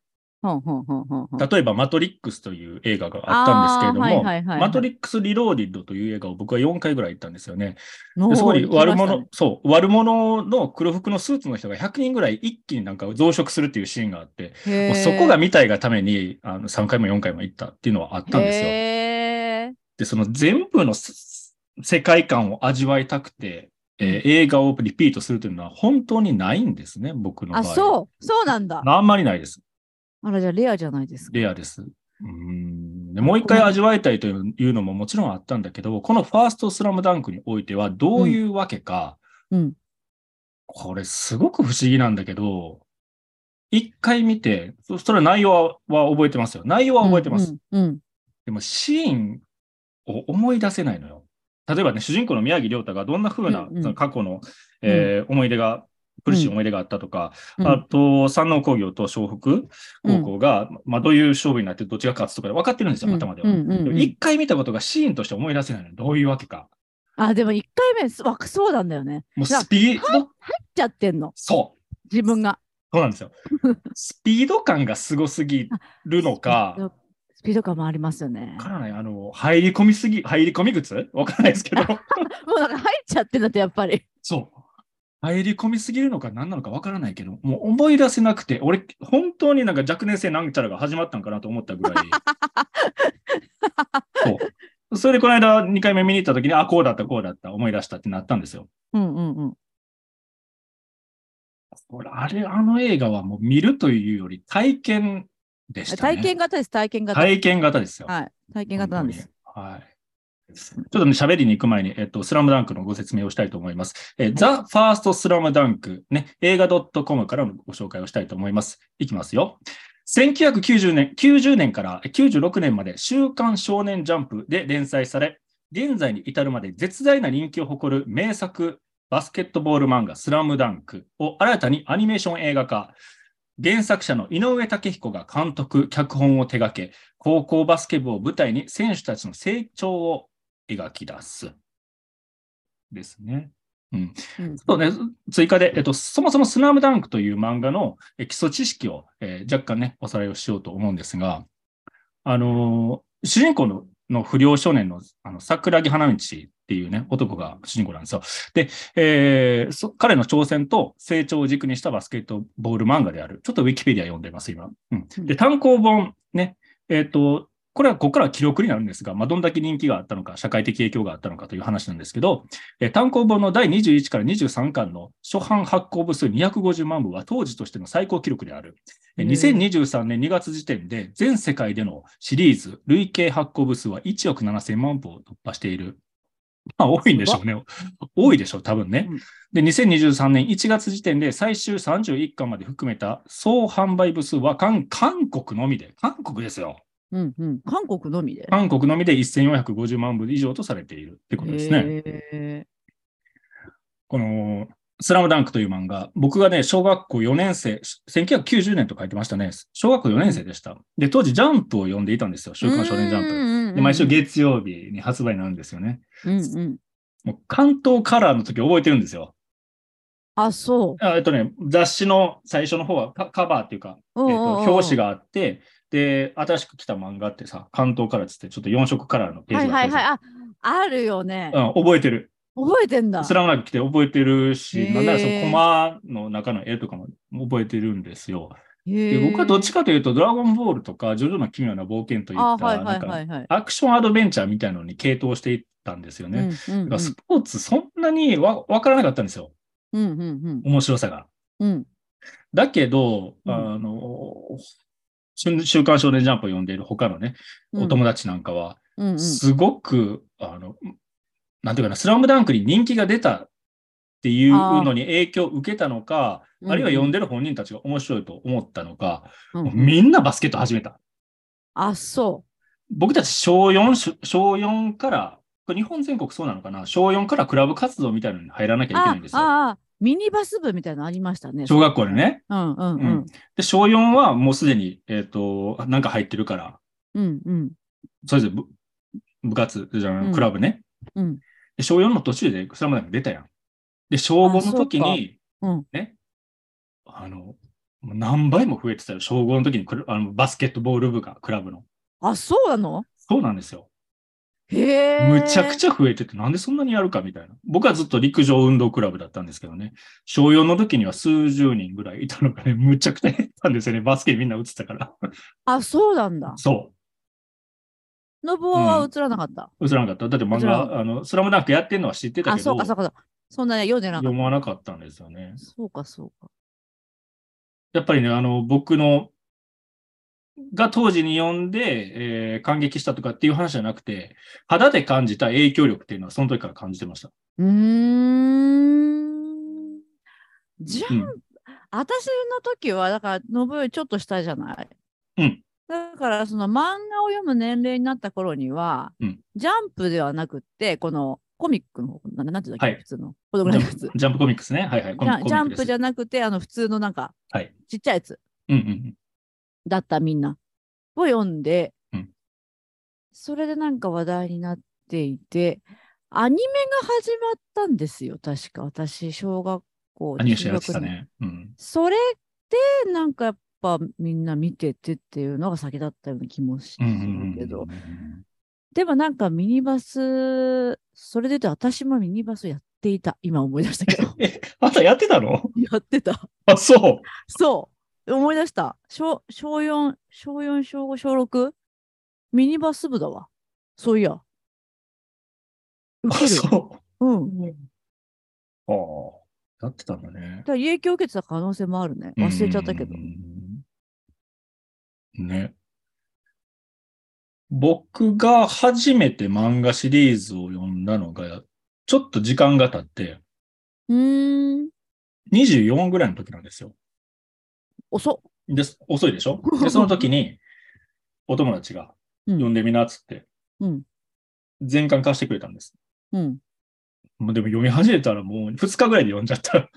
[SPEAKER 2] ほんほんほんほんほん。
[SPEAKER 1] 例えば「マトリックス」という映画があったんですけれども、
[SPEAKER 2] あーはいはいはいはい
[SPEAKER 1] マトリックス・リローディッドという映画を僕は4回ぐらい行ったんですよね。
[SPEAKER 2] の
[SPEAKER 1] でそこに悪者、
[SPEAKER 2] 行きまし
[SPEAKER 1] そう、悪者の黒服のスーツの人が100人ぐらい一気になんか増殖するっていうシーンがあって、
[SPEAKER 2] たね
[SPEAKER 1] もうそこが
[SPEAKER 2] へ
[SPEAKER 1] 見たいがためにあの3回も4回も行ったっていうのはあったんですよ。
[SPEAKER 2] え
[SPEAKER 1] で、その全部のす世界観を味わいたくて、えー映画をリピートするというのは本当にないんですね、僕の場
[SPEAKER 2] あ、
[SPEAKER 1] 合。
[SPEAKER 2] そう、そうなんだ。
[SPEAKER 1] あんまりないです。
[SPEAKER 2] あら、じゃあレアじゃないですか。
[SPEAKER 1] レアです。うんでもう一回味わいたいといういうのももちろんあったんだけど、このファーストスラムダンクにおいてはどういうわけか、
[SPEAKER 2] うん。
[SPEAKER 1] これすごく不思議なんだけど、一回見て、そそれは内容はは覚えてますよ。内容は覚えてます。
[SPEAKER 2] うん。うん。
[SPEAKER 1] でもシーンを思い出せないのよ。例えばね、主人公の宮城亮太がどんな風な、
[SPEAKER 2] うんうん
[SPEAKER 1] その過去の、えー思い出が、苦しい思い出があったとか、
[SPEAKER 2] うん
[SPEAKER 1] あと、山王工業と湘北高校が、まあ、どういう勝負になってどっちが勝つとか分かってるんですよ、頭では。
[SPEAKER 2] うん
[SPEAKER 1] で
[SPEAKER 2] うんうん
[SPEAKER 1] も一回見たことがシーンとして思い出せないのよ。どういうわけか。
[SPEAKER 2] あ、でも一回目す、わそうなんだよね。
[SPEAKER 1] もう
[SPEAKER 2] じゃあ
[SPEAKER 1] スピード、
[SPEAKER 2] 入っちゃってんの、
[SPEAKER 1] そう、
[SPEAKER 2] 自分が。
[SPEAKER 1] そうなんですよ。スピード感がすごすぎるの か、
[SPEAKER 2] スピード。スピード感もありますよね
[SPEAKER 1] わ。からない、あの、入り込みすぎ、入り込み靴わからないですけど。
[SPEAKER 2] もうなんか入っちゃってんだって、やっぱり。
[SPEAKER 1] そう。入り込みすぎるのか何なのかわからないけど、もう思い出せなくて、俺、本当になんか若年性なんちゃらが始まったんかなと思ったぐ らい。そう。それでこの間2回目見に行った時に、あ、こうだった、こうだった、思い出したってなったんですよ。
[SPEAKER 2] うんうんうん。
[SPEAKER 1] 俺、あれ、あの映画はもう見るというより体験でしたね。
[SPEAKER 2] 体験型です、体験型。
[SPEAKER 1] 体験型ですよ。
[SPEAKER 2] はい。体験型なんです。
[SPEAKER 1] はい。ちょっとね、喋りに行く前に、えっと、スラムダンクのご説明をしたいと思います。えー、ザ・ファースト・スラムダンク、ね、映画 .com からのご紹介をしたいと思います。いきますよ。1990年、90年から96年まで週刊少年ジャンプで連載され、現在に至るまで絶大な人気を誇る名作バスケットボール漫画スラムダンクを新たにアニメーション映画化。原作者の井上武彦が監督、脚本を手掛け、高校バスケ部を舞台に選手たちの成長を描き出す。ですね。うん。
[SPEAKER 2] うん
[SPEAKER 1] そうね、追加で、えっと、そもそもスラムダンクという漫画のえ基礎知識を、えー若干ね、おさらいをしようと思うんですが、あのー主人公のの不良少年のあの桜木花道っていうね、男が主人公なんですよ。で、えーそ彼の挑戦と成長を軸にしたバスケットボール漫画である。ちょっとウィキペディア読んでます、今。うん、で、単行本ね、えっ、と、これはここからは記録になるんですが、まあ、どんだけ人気があったのか、社会的影響があったのかという話なんですけど、えー単行本の第21から23巻の初版発行部数250万部は当時としての最高記録である。えー
[SPEAKER 2] うん
[SPEAKER 1] 2023年2月時点で全世界でのシリーズ累計発行部数は1億7000万部を突破している。まあ多いんでしょうね。多いでしょう、多分ね。で、2023年1月時点で最終31巻まで含めた総販売部数は韓韓国のみで、韓国ですよ。
[SPEAKER 2] うんうん、韓国のみで。
[SPEAKER 1] 韓国のみで1450万部以上とされているってことですね。
[SPEAKER 2] へ
[SPEAKER 1] この、スラムダンクという漫画、僕がね、小学校4年生、1990年と書いてましたね。小学校4年生でした。で、当時ジャンプを読んでいたんですよ。
[SPEAKER 2] ー
[SPEAKER 1] 週刊少年ジャン
[SPEAKER 2] う
[SPEAKER 1] プ。
[SPEAKER 2] んうんうん
[SPEAKER 1] で、毎週月曜日に発売になるんですよね。
[SPEAKER 2] うんうん
[SPEAKER 1] もう関東カラーの時覚えてるんですよ。
[SPEAKER 2] あ、そ
[SPEAKER 1] あえっとね、雑誌の最初の方はカカバーっていうか、え
[SPEAKER 2] う。
[SPEAKER 1] っと表紙
[SPEAKER 2] が。
[SPEAKER 1] があって、で、新しく来た漫画ってさ、関東カラーっつって、ちょっと4色カラーのペー
[SPEAKER 2] は
[SPEAKER 1] ジ
[SPEAKER 2] い
[SPEAKER 1] があって
[SPEAKER 2] はい
[SPEAKER 1] さ
[SPEAKER 2] はい。あ、あるよね。
[SPEAKER 1] うん、覚えてる。
[SPEAKER 2] 覚えてんだ。
[SPEAKER 1] スラムダンク来て覚えてるし
[SPEAKER 2] へ、ー
[SPEAKER 1] なんならそのコマの中の絵とかも覚えてるんですよ。で僕はどっち
[SPEAKER 2] か
[SPEAKER 1] かというと、ドラゴンボールとか、ジョジョの奇妙な冒険とい
[SPEAKER 2] あ、
[SPEAKER 1] っ
[SPEAKER 2] はい
[SPEAKER 1] た、
[SPEAKER 2] は
[SPEAKER 1] ないん
[SPEAKER 2] は
[SPEAKER 1] か
[SPEAKER 2] いはい。
[SPEAKER 1] アクションアドベンチャーみたいなのに傾倒していったんですよね。
[SPEAKER 2] うんうん
[SPEAKER 1] だからスポーツ、そんなにわ分からなかったんですよ、
[SPEAKER 2] うんうんうん
[SPEAKER 1] 面白さが。
[SPEAKER 2] うん
[SPEAKER 1] だけど、
[SPEAKER 2] うん
[SPEAKER 1] あの、週週刊少年ジャンプを読んでいる他のね、
[SPEAKER 2] うん。
[SPEAKER 1] お友達なんかは、
[SPEAKER 2] うんうん
[SPEAKER 1] すごく、あの、なんていうかな、スラムダンクに人気が出たっていうのに影響を受けたのか、あるいは読んでる本人たちが面白いと思ったのか、
[SPEAKER 2] うん
[SPEAKER 1] もう
[SPEAKER 2] うん
[SPEAKER 1] みんなバスケット始めた。
[SPEAKER 2] あ、そ
[SPEAKER 1] 僕たち小4、小小4から、これ日本全国そうなのかな、小4からクラブ活動みたいなのに入らなき
[SPEAKER 2] う。
[SPEAKER 1] ゃいけな
[SPEAKER 2] あ
[SPEAKER 1] いんで、すよ。
[SPEAKER 2] ああ、ミニバス部みたいなのありましたね。
[SPEAKER 1] 小学校でね。
[SPEAKER 2] うんうんう
[SPEAKER 1] うん
[SPEAKER 2] ん。
[SPEAKER 1] で、小4はもうすでに、えっ、と、なんか入ってるから、
[SPEAKER 2] うんうん
[SPEAKER 1] それぞれ部部活じゃない、
[SPEAKER 2] うん
[SPEAKER 1] クラブね。
[SPEAKER 2] うん
[SPEAKER 1] で、小4の途中でスラムダンク出たやん。で、小5の時に、
[SPEAKER 2] あそうかうん
[SPEAKER 1] ね、あの、もう何倍も増えてたよ。小5の時にクラあのバスケットボール部が、クラブの。
[SPEAKER 2] あ、そうなの
[SPEAKER 1] そうなんですよ。
[SPEAKER 2] へえ。
[SPEAKER 1] むちゃく
[SPEAKER 2] ゃ。
[SPEAKER 1] ちゃ増えてて、なんでそんなにやるかみたいな。僕はずっと陸上運動クラブだったんですけどね。小4の時には数十人ぐらいいたのがね、 むちゃくちゃ減ったんですよね。バスケみんな打ってたから。
[SPEAKER 2] あ、そうなんだ。
[SPEAKER 1] そ
[SPEAKER 2] のぼうは映らなかった。
[SPEAKER 1] う。映らなかった。だって漫
[SPEAKER 2] 映らな
[SPEAKER 1] 画、あの、スラムダンクやってんのは知ってた
[SPEAKER 2] あ、
[SPEAKER 1] けど
[SPEAKER 2] そう、かそうかそうか。そんなね読んでなかっ
[SPEAKER 1] 読まなかったんですよね
[SPEAKER 2] た。。そうかそうか。
[SPEAKER 1] やっぱりね、あの、僕の、が当時に読んで、えー感激したとかっていう話じゃなくて、肌で感じた影響力っていうのはその時から感じてました。
[SPEAKER 2] うーん。じゃあ、
[SPEAKER 1] うん
[SPEAKER 2] 私の時は、だから、のぶよりちょっと下じゃない。
[SPEAKER 1] うん。
[SPEAKER 2] だから、その漫画を読む年齢になった頃には、
[SPEAKER 1] うん
[SPEAKER 2] ジャンプではなくって、このコミックの方、ななんていうんだっけ、
[SPEAKER 1] はい
[SPEAKER 2] 普通の。このぐらいのやつ。
[SPEAKER 1] ジャンプコミックスね。はいはい。コ
[SPEAKER 2] ジ
[SPEAKER 1] ミ
[SPEAKER 2] ャンジャンプじ
[SPEAKER 1] ゃ
[SPEAKER 2] ゃなくて、あの、普通のなんか、
[SPEAKER 1] はい
[SPEAKER 2] ちっちゃいやつ
[SPEAKER 1] うんうん
[SPEAKER 2] だったみんなを読んで、
[SPEAKER 1] うん
[SPEAKER 2] それでなんか話題になっていて、アニメが始まったんですよ、確か。私、小学校
[SPEAKER 1] うん。アニメーションやってた
[SPEAKER 2] 中学年
[SPEAKER 1] ね。うん。
[SPEAKER 2] それで、なんかやっぱみんな見ててっていうのが先だったような気もし
[SPEAKER 1] うん
[SPEAKER 2] す
[SPEAKER 1] う
[SPEAKER 2] る
[SPEAKER 1] んうんうん。
[SPEAKER 2] けど。でもなんかミニバス、それで言うと私もミニバスやっていた。今思い出したけど
[SPEAKER 1] え、あんたやってたの
[SPEAKER 2] やってた。
[SPEAKER 1] あ、そう。
[SPEAKER 2] そう。思い出した。小、小4、小4、小5、小 6? ミニバス部だわ。そういや。受
[SPEAKER 1] あ、
[SPEAKER 2] ける。
[SPEAKER 1] そうう。
[SPEAKER 2] ん。だ
[SPEAKER 1] ああ、やってたんだね。
[SPEAKER 2] から影響を受けてた可能性もあるね。忘れちゃったけ
[SPEAKER 1] う。
[SPEAKER 2] ど
[SPEAKER 1] ん。ね。僕が初めて漫画シリーズを読んだのが、ちょっと時間が経って、
[SPEAKER 2] うーん。
[SPEAKER 1] 24ぐらいの時なんですよ。
[SPEAKER 2] 遅っ。
[SPEAKER 1] で、遅いでしょで、その時に、お友達が、
[SPEAKER 2] うん
[SPEAKER 1] 読んでみなっつって、
[SPEAKER 2] うん
[SPEAKER 1] 全巻貸してくれたんです。
[SPEAKER 2] うん。
[SPEAKER 1] もうでも読み始めたらもう2日ぐらいで読んじゃった。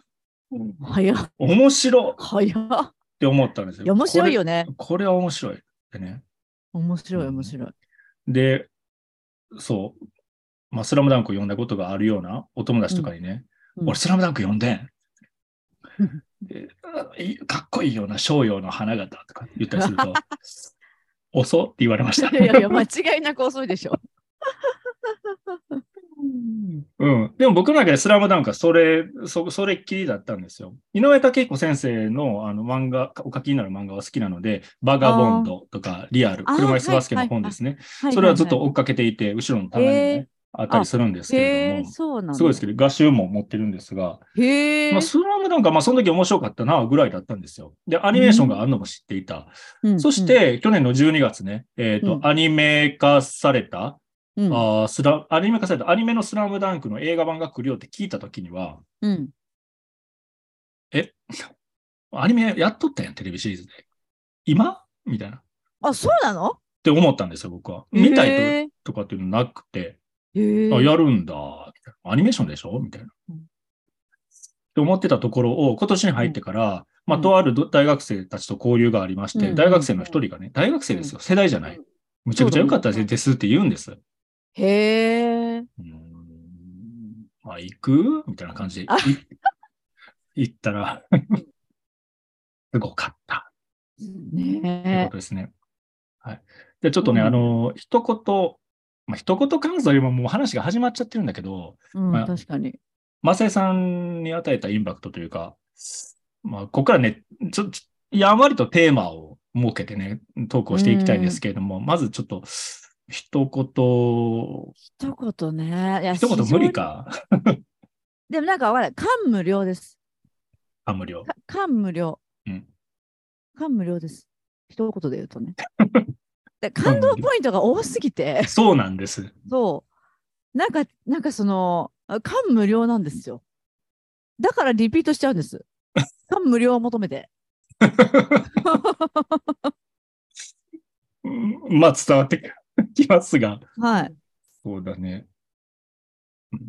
[SPEAKER 2] 早っ。
[SPEAKER 1] 面白っっ
[SPEAKER 2] 早っ。
[SPEAKER 1] て思ったんですよ。
[SPEAKER 2] いや面白いよね
[SPEAKER 1] こ。れ。これは面白いってね。
[SPEAKER 2] 面白い、面白い。
[SPEAKER 1] で、そう。まあ、スラムダンクを読んだことがあるようなお友達とかにね、
[SPEAKER 2] うんうん
[SPEAKER 1] 俺、スラムダンク読んでん
[SPEAKER 2] うん。
[SPEAKER 1] であいいかっこいいような商用の花形とか言ったりすると、遅って言われました。
[SPEAKER 2] いやいや、間違いなく遅いでしょ。
[SPEAKER 1] うん、でも僕の中でスラムダンクはそれ、そそれっきりだったんですよ。井上武彦先生のあの漫画、お書きになる漫画は好きなので、バガボンドとかリアル、
[SPEAKER 2] あー
[SPEAKER 1] 車椅子バスケ
[SPEAKER 2] は
[SPEAKER 1] の
[SPEAKER 2] い
[SPEAKER 1] 本ですね。
[SPEAKER 2] いい い
[SPEAKER 1] それはずっと追っかけていて、後ろの棚にもね、あったりするんですけ
[SPEAKER 2] へ
[SPEAKER 1] れ
[SPEAKER 2] え、
[SPEAKER 1] ども、
[SPEAKER 2] そうなんだ。
[SPEAKER 1] すごいですけど、画集も持ってるんですが、
[SPEAKER 2] へえ
[SPEAKER 1] まあ、。スラムダンクはまあその時面白かったなぐらいだったんですよ。で、アニメーションがあるのも知っていた。
[SPEAKER 2] うん
[SPEAKER 1] そし、て、去年の12月ね、えっ、と、
[SPEAKER 2] うん
[SPEAKER 1] アニメ化された、
[SPEAKER 2] うんうん
[SPEAKER 1] あースラアニメ化されたアニメのスラムダンクの映画版が来るよって聞いたときには、
[SPEAKER 2] うん。
[SPEAKER 1] アニメやっとったやん、テレビシリーズで。今みたいな。っ
[SPEAKER 2] あ、そうなの
[SPEAKER 1] て思ったんですよ、僕は。見たい
[SPEAKER 2] い
[SPEAKER 1] ととかっていうのなくて、
[SPEAKER 2] と。へ
[SPEAKER 1] あ
[SPEAKER 2] え。
[SPEAKER 1] やるんだ、みたいなアニメーションでしょみたいな。
[SPEAKER 2] うん
[SPEAKER 1] って思ってたところを、今年に入ってから、まあ、
[SPEAKER 2] うん
[SPEAKER 1] とあるど大学生たちと交流がありまして、
[SPEAKER 2] うん
[SPEAKER 1] 大学生の一人がね、大学生ですよ、世代じゃない。むちゃくちゃ良かった
[SPEAKER 2] そうだね
[SPEAKER 1] ですって言うんです。
[SPEAKER 2] へえ。
[SPEAKER 1] うーんまあ、行くみたいな感じで
[SPEAKER 2] あ、
[SPEAKER 1] い行ったら、すごかったという
[SPEAKER 2] ね
[SPEAKER 1] ことですね。はい。で、ちょっとね、
[SPEAKER 2] うん
[SPEAKER 1] あの、一言、まあ、一言感想よりももう話が始まっちゃってるんだけど、
[SPEAKER 2] え。うん
[SPEAKER 1] ま、あ
[SPEAKER 2] 確かに。
[SPEAKER 1] マセイさんに与えたインパクトというか、まあ、ここからね、ちょ、ちょやんわりとテーマを設けてね、トークをしていきたいんですけれども、まずちょっと、一言、
[SPEAKER 2] 一言ね。いや
[SPEAKER 1] 一言無理。か、
[SPEAKER 2] 非常にでもなんかわかんない。感無量です。
[SPEAKER 1] あ、無料。
[SPEAKER 2] か感無量
[SPEAKER 1] うん。
[SPEAKER 2] 感無量です。一言で言う とね。で感動ポイントが多すぎて、
[SPEAKER 1] そうなんです。
[SPEAKER 2] そう。なんか、なんかその、あ感無量なんですよ。だからリピートしちゃうん です。感無量を求めて。
[SPEAKER 1] うんまあ伝わってきますが。
[SPEAKER 2] はい。
[SPEAKER 1] そうだね。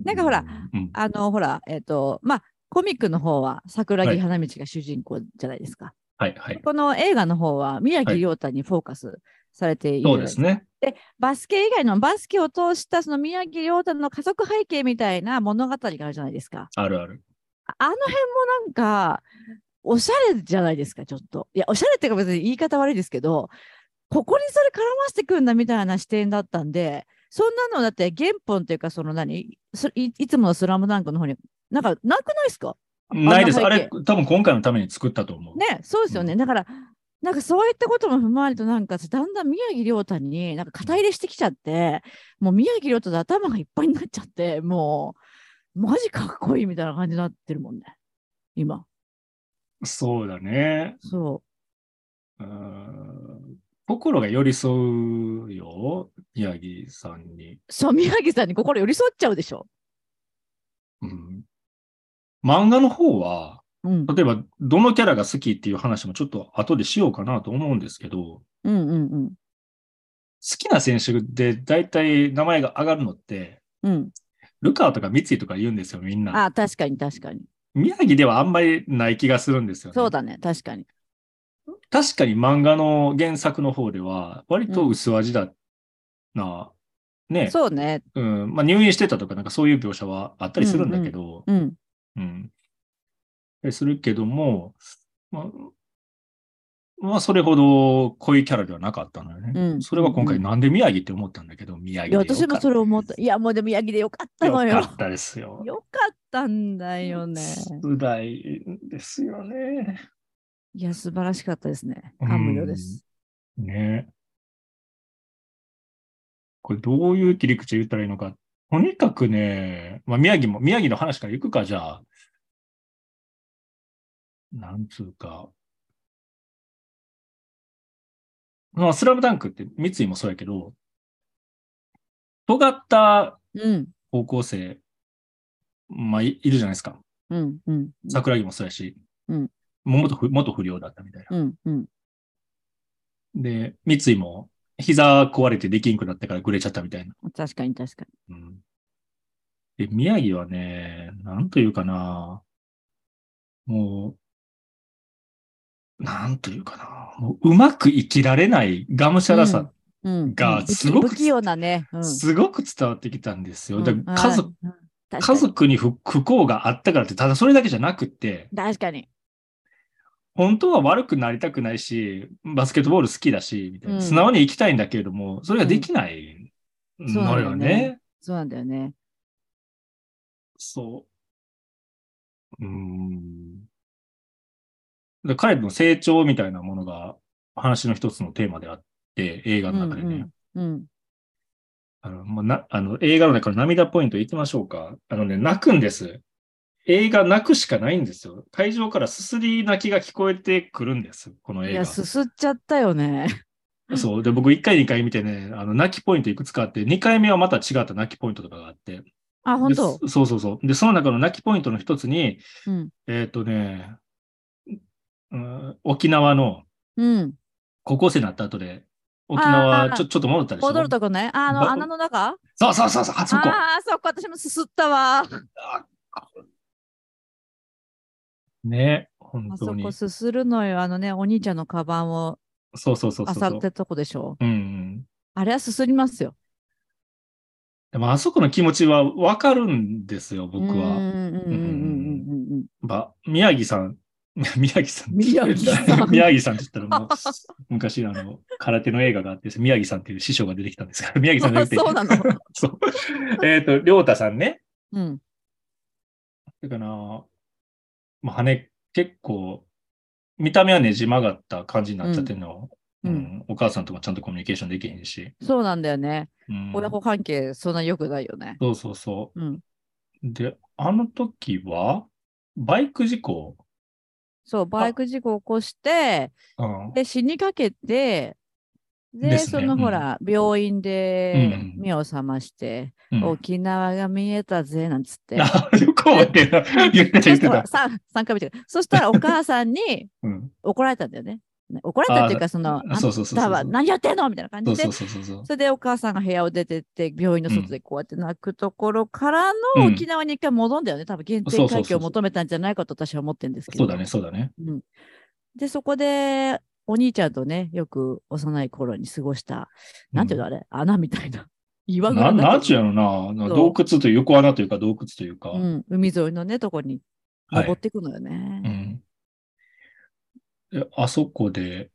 [SPEAKER 2] なんかほら
[SPEAKER 1] うん、
[SPEAKER 2] あの、ほら、えっ、と、まあ、コミックの方は桜
[SPEAKER 1] は
[SPEAKER 2] 木
[SPEAKER 1] い
[SPEAKER 2] 花道が主人公じゃないですか。
[SPEAKER 1] はいはい。
[SPEAKER 2] この映画の方は宮城亮太にフォーカスされているじゃ
[SPEAKER 1] そう
[SPEAKER 2] ない
[SPEAKER 1] で
[SPEAKER 2] です
[SPEAKER 1] す
[SPEAKER 2] か、
[SPEAKER 1] ね。
[SPEAKER 2] バスケ以外のバスケを通したその宮城亮太の家族背景みたいな物語があるじゃないですか。
[SPEAKER 1] あるある。
[SPEAKER 2] ああの辺もなんか、おしゃれじゃないですか、ちょっと。いや、おしゃれっていうか別に言い方悪いですけど、ここにそれ絡ませてくんだみたいな視点だったんで、そんなのだって原本っていうか、その何そいいつものスラムダンクの方に、なんかなくないですか
[SPEAKER 1] ないです。
[SPEAKER 2] あん
[SPEAKER 1] あ
[SPEAKER 2] な背
[SPEAKER 1] れ
[SPEAKER 2] 景、
[SPEAKER 1] 多分今回のために作ったと思う。
[SPEAKER 2] ね、そうですよね。だから、なんかそういったことも踏まえると、なんかだんだん宮城亮太になんか肩入れしてきちゃって、もう宮城亮太で頭がいっぱいになっちゃって、もう、マジかっこいいみたいな感じになってるもんね、今。
[SPEAKER 1] そうだね。
[SPEAKER 2] そう
[SPEAKER 1] うん心が寄り添うよ、宮城さんに。
[SPEAKER 2] そう、宮城さんに心寄り添っちゃうでしょ。
[SPEAKER 1] うん漫画の方は、
[SPEAKER 2] うん。
[SPEAKER 1] 例えば、どのキャラが好きっていう話もちょっと後でしようかなと思うんですけど、
[SPEAKER 2] うんうん
[SPEAKER 1] 好きな選手で大体名前が上がるのって、
[SPEAKER 2] うん。うん。
[SPEAKER 1] ルカワとか三井とか言うんですよ、みんな。
[SPEAKER 2] あ、確かに確かに。
[SPEAKER 1] 宮城ではあんまりない気がするんですよね。
[SPEAKER 2] そうだね、確かに。
[SPEAKER 1] 確かに漫画の原作の方では、割と薄味だな、ね、
[SPEAKER 2] そうね。
[SPEAKER 1] うんまあ、入院してたとか、なんかそういう描写はあったりするんだけど、
[SPEAKER 2] うん。
[SPEAKER 1] うんえするけども、まあ、まあ、それほど濃いキャラではなかったのよね。
[SPEAKER 2] うん
[SPEAKER 1] それは今回、
[SPEAKER 2] うん
[SPEAKER 1] なんで宮城って思ったんだけど、宮
[SPEAKER 2] いや、
[SPEAKER 1] 城でよか
[SPEAKER 2] 私も
[SPEAKER 1] った
[SPEAKER 2] それ思った。いや、もうでも宮城でよかったのよ。
[SPEAKER 1] よ
[SPEAKER 2] よ
[SPEAKER 1] かったですよ。
[SPEAKER 2] かったんだよね。
[SPEAKER 1] 辛いですよね。
[SPEAKER 2] いや、素晴らしかったですね。
[SPEAKER 1] うん
[SPEAKER 2] 感無量です。
[SPEAKER 1] ねこれどういう切り口で言ったらいいのか。とにかくね、まあ、宮城も、宮城の話から行くか、じゃあ。なんつうか。まあ、スラムダンクって三井もそうやけど、尖った
[SPEAKER 2] うん。
[SPEAKER 1] 高校生、まあ、いいるじゃないですか。
[SPEAKER 2] うん。うん。
[SPEAKER 1] 桜木もそうやし、
[SPEAKER 2] うん
[SPEAKER 1] もう元不元不良だったみたいな。
[SPEAKER 2] うん。うん。
[SPEAKER 1] で、三井も膝壊れてできんくなったからぐれちゃったみたいな。
[SPEAKER 2] 確かに確か
[SPEAKER 1] うん、で宮城はね、なんというかな、もう、なんというかな、もううまく生きられないがむしゃらさ、
[SPEAKER 2] に。うん。
[SPEAKER 1] が
[SPEAKER 2] うん不器
[SPEAKER 1] すごく
[SPEAKER 2] 不器用なね。うん。
[SPEAKER 1] すごく伝わってきたんですよ。だ
[SPEAKER 2] うん
[SPEAKER 1] から家族、
[SPEAKER 2] うん確
[SPEAKER 1] 家
[SPEAKER 2] かに
[SPEAKER 1] 族に不不幸があったからって、ただそれだけじゃなくって、
[SPEAKER 2] 確かに。
[SPEAKER 1] 本当は悪くなりたくないし、バスケットボール好きだし、みたいな
[SPEAKER 2] うん
[SPEAKER 1] 素直に行きたいんだけれども、それができないのよね。
[SPEAKER 2] そうなんだよね。
[SPEAKER 1] そう。うーん。で彼の成長みたいなものが話の一つのテーマであって、映画の中でね。
[SPEAKER 2] うん。
[SPEAKER 1] あのまあ、なあの映画の中の涙ポイント行きましょうか。あのね、泣くんです。映画泣くしかないんですよ。会場からすすり泣きが聞こえてくるんです、この
[SPEAKER 2] い
[SPEAKER 1] 映
[SPEAKER 2] や、
[SPEAKER 1] 画。
[SPEAKER 2] すすっちゃったよね。
[SPEAKER 1] そう。で、僕1回2回見てね、あの、泣きポイントいくつかあって、2回目はまた違った泣きポイントとかがあって。
[SPEAKER 2] あ、本当
[SPEAKER 1] でそうそうそう。で、その中の泣きポイントの一つに、
[SPEAKER 2] うん。
[SPEAKER 1] えっ、とね、うん、沖縄の
[SPEAKER 2] うん。
[SPEAKER 1] 高校生になった後で、沖縄
[SPEAKER 2] あー
[SPEAKER 1] ちょちょっと戻ったでしょ
[SPEAKER 2] 戻るとこね。ああの、
[SPEAKER 1] ば
[SPEAKER 2] 穴の中あ
[SPEAKER 1] そうそうそうそう、あそこ。
[SPEAKER 2] あー、そこ私もすすったわ。あ
[SPEAKER 1] ね、本当
[SPEAKER 2] そ
[SPEAKER 1] に
[SPEAKER 2] こ。すするのよ。あのね、お兄ちゃんのカバンを
[SPEAKER 1] そうそうそうそう
[SPEAKER 2] あ
[SPEAKER 1] そ
[SPEAKER 2] さ
[SPEAKER 1] う。
[SPEAKER 2] ってとこでしょ。
[SPEAKER 1] うんうん。
[SPEAKER 2] あれはすすりますよ。
[SPEAKER 1] でも、あそこの気持ちはわかるんですよ、僕
[SPEAKER 2] う
[SPEAKER 1] は。
[SPEAKER 2] んうんうんうんうんうんうん。
[SPEAKER 1] ば宮城さん、 宮城さん。
[SPEAKER 2] 宮城さん
[SPEAKER 1] 宮城さんって言ったらもう、昔、あの、空手の映画があって、宮城さんっていう師匠が出てきたんですから、 宮城さんじゃなくて。
[SPEAKER 2] あそうなの
[SPEAKER 1] そう。えっと、りょうたさんね。
[SPEAKER 2] うん。
[SPEAKER 1] だからな、まあ、羽、結構、見た目はねじ曲がった感じになっちゃってるの、
[SPEAKER 2] う
[SPEAKER 1] うんん
[SPEAKER 2] うん
[SPEAKER 1] お母さんともちゃんとコミュニケーションできへんし。
[SPEAKER 2] そうなんだよね。
[SPEAKER 1] うん、
[SPEAKER 2] 親子関係、そんな良くないよね。
[SPEAKER 1] そうそうそ
[SPEAKER 2] うん。
[SPEAKER 1] う。で、あの時は、バイク事故、
[SPEAKER 2] そう、バイク事故を起こして、
[SPEAKER 1] うん、
[SPEAKER 2] で、死にかけて、で、
[SPEAKER 1] ですね
[SPEAKER 2] その
[SPEAKER 1] うん
[SPEAKER 2] ほら、病院
[SPEAKER 1] う
[SPEAKER 2] で
[SPEAKER 1] んうん
[SPEAKER 2] 目を覚まして、
[SPEAKER 1] うん
[SPEAKER 2] 沖縄が見えたぜ、なんつっ て。
[SPEAKER 1] あ、よく覚えてるな。言ってた、言
[SPEAKER 2] そ
[SPEAKER 1] っ
[SPEAKER 2] して
[SPEAKER 1] て
[SPEAKER 2] ほら
[SPEAKER 1] た。
[SPEAKER 2] さん三回見てるそしたらお母さ んに
[SPEAKER 1] うん。
[SPEAKER 2] 怒られたんだよね。ね怒られたっていうか、その、あ
[SPEAKER 1] あそうそうそうそう
[SPEAKER 2] なたは何やってんのみたいな感
[SPEAKER 1] そ
[SPEAKER 2] じ
[SPEAKER 1] う
[SPEAKER 2] で
[SPEAKER 1] そうそうそうそう。
[SPEAKER 2] それでお母さんが部屋を出てって、病院の外でこうやって泣くところからの
[SPEAKER 1] うん
[SPEAKER 2] 沖縄に一回戻んだよね。多分原
[SPEAKER 1] そ
[SPEAKER 2] 点
[SPEAKER 1] うそうそ
[SPEAKER 2] 回
[SPEAKER 1] う
[SPEAKER 2] 帰
[SPEAKER 1] そう
[SPEAKER 2] を求めたんじゃないかと私は思ってるんですけど。
[SPEAKER 1] そうだね、そうだね。
[SPEAKER 2] うんで、そこで、お兄ちゃんとね、よく幼い頃に過ごした、なんていうのあれ、穴みたいな。 岩
[SPEAKER 1] うん
[SPEAKER 2] ぐ
[SPEAKER 1] な
[SPEAKER 2] ら
[SPEAKER 1] い
[SPEAKER 2] だけど
[SPEAKER 1] なんちゅうやろな。
[SPEAKER 2] そう
[SPEAKER 1] 洞窟という、横穴というか、洞窟というか。
[SPEAKER 2] うん、海沿いのね、とこに
[SPEAKER 1] はい
[SPEAKER 2] 登っていくのよ
[SPEAKER 1] う
[SPEAKER 2] ね。
[SPEAKER 1] ん。であそこで、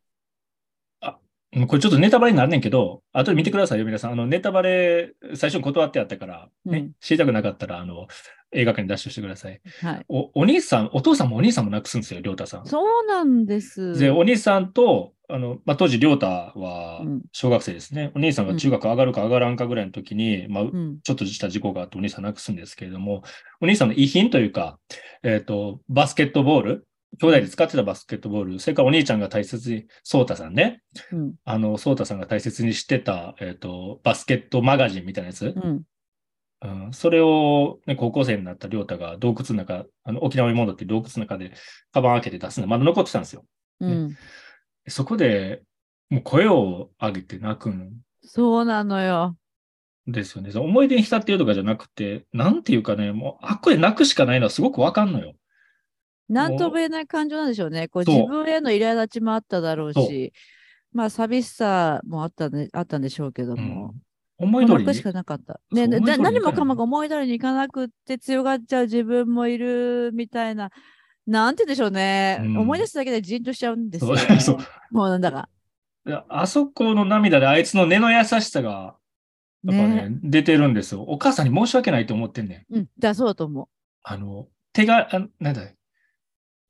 [SPEAKER 1] あ、うんこれちょっとネタバレになんねんけど、後で見てくださいよ、皆さん。あの、ネタバレ、最初に断ってあったから、ね、
[SPEAKER 2] うん
[SPEAKER 1] 知りたくなかったら、あの、映画館にダッシュしてください。
[SPEAKER 2] はい。
[SPEAKER 1] お、お兄さん、お父さんもお兄さんも亡くすんですよ、りょうたさん。
[SPEAKER 2] そうなんです。
[SPEAKER 1] で、お兄さんと、あの、まあ、当時、りょうたは
[SPEAKER 2] うん
[SPEAKER 1] 小学生ですね。お兄さんが中学上がるか上がらんかぐらいの時に、まあ、
[SPEAKER 2] うん、
[SPEAKER 1] ちょっとした事故があってお兄さん亡くすんですけれども、お兄さんの遺品というか、えっ、と、バスケットボール、兄弟で使ってたバスケットボール、それからお兄ちゃんが大切に、ソータさんね、
[SPEAKER 2] うん、
[SPEAKER 1] あの、ソータさんが大切にしてた、えっ、と、バスケットマガジンみたいなやつ、
[SPEAKER 2] うん、
[SPEAKER 1] うんそれを、ね、高校生になった亮太が洞窟の中、あの沖縄に戻って洞窟の中で、カバン開けて出すの、まだ残ってたんですよ。
[SPEAKER 2] うん。
[SPEAKER 1] そこで、もう声を上げて泣くん
[SPEAKER 2] そうなのよ。
[SPEAKER 1] ですよね。その思い出に浸ってるとかじゃなくて、なんていうかね、もう、あっこで泣くしかないのはすごくわかんのよ。
[SPEAKER 2] なんとも言えない感情なんでしょうね。こう
[SPEAKER 1] そう
[SPEAKER 2] 自分への苛立ちもあっただろうし、まあ寂しさもあった,、ね、あったんでしょうけども、
[SPEAKER 1] うん思い
[SPEAKER 2] ま
[SPEAKER 1] 通
[SPEAKER 2] あ
[SPEAKER 1] り
[SPEAKER 2] 泣く
[SPEAKER 1] に
[SPEAKER 2] し。かなかった。
[SPEAKER 1] そう
[SPEAKER 2] ねね
[SPEAKER 1] 思い通り
[SPEAKER 2] な
[SPEAKER 1] に
[SPEAKER 2] 何
[SPEAKER 1] いかない
[SPEAKER 2] もかもが思い通りにいかなくって強がっちゃう自分もいるみたいな、なんて言うんでしょうね。
[SPEAKER 1] うん
[SPEAKER 2] 思い出すだけでじんとしちゃうんですよ、
[SPEAKER 1] そう
[SPEAKER 2] ね。
[SPEAKER 1] そう
[SPEAKER 2] もうなんだか。
[SPEAKER 1] あそこの涙であいつの根の優しさが、やっぱね
[SPEAKER 2] ね。
[SPEAKER 1] 出てるんですよ。お母さんに申し訳ないと思ってんねん。
[SPEAKER 2] うん、だそうだと思
[SPEAKER 1] あの、手が、あなんだ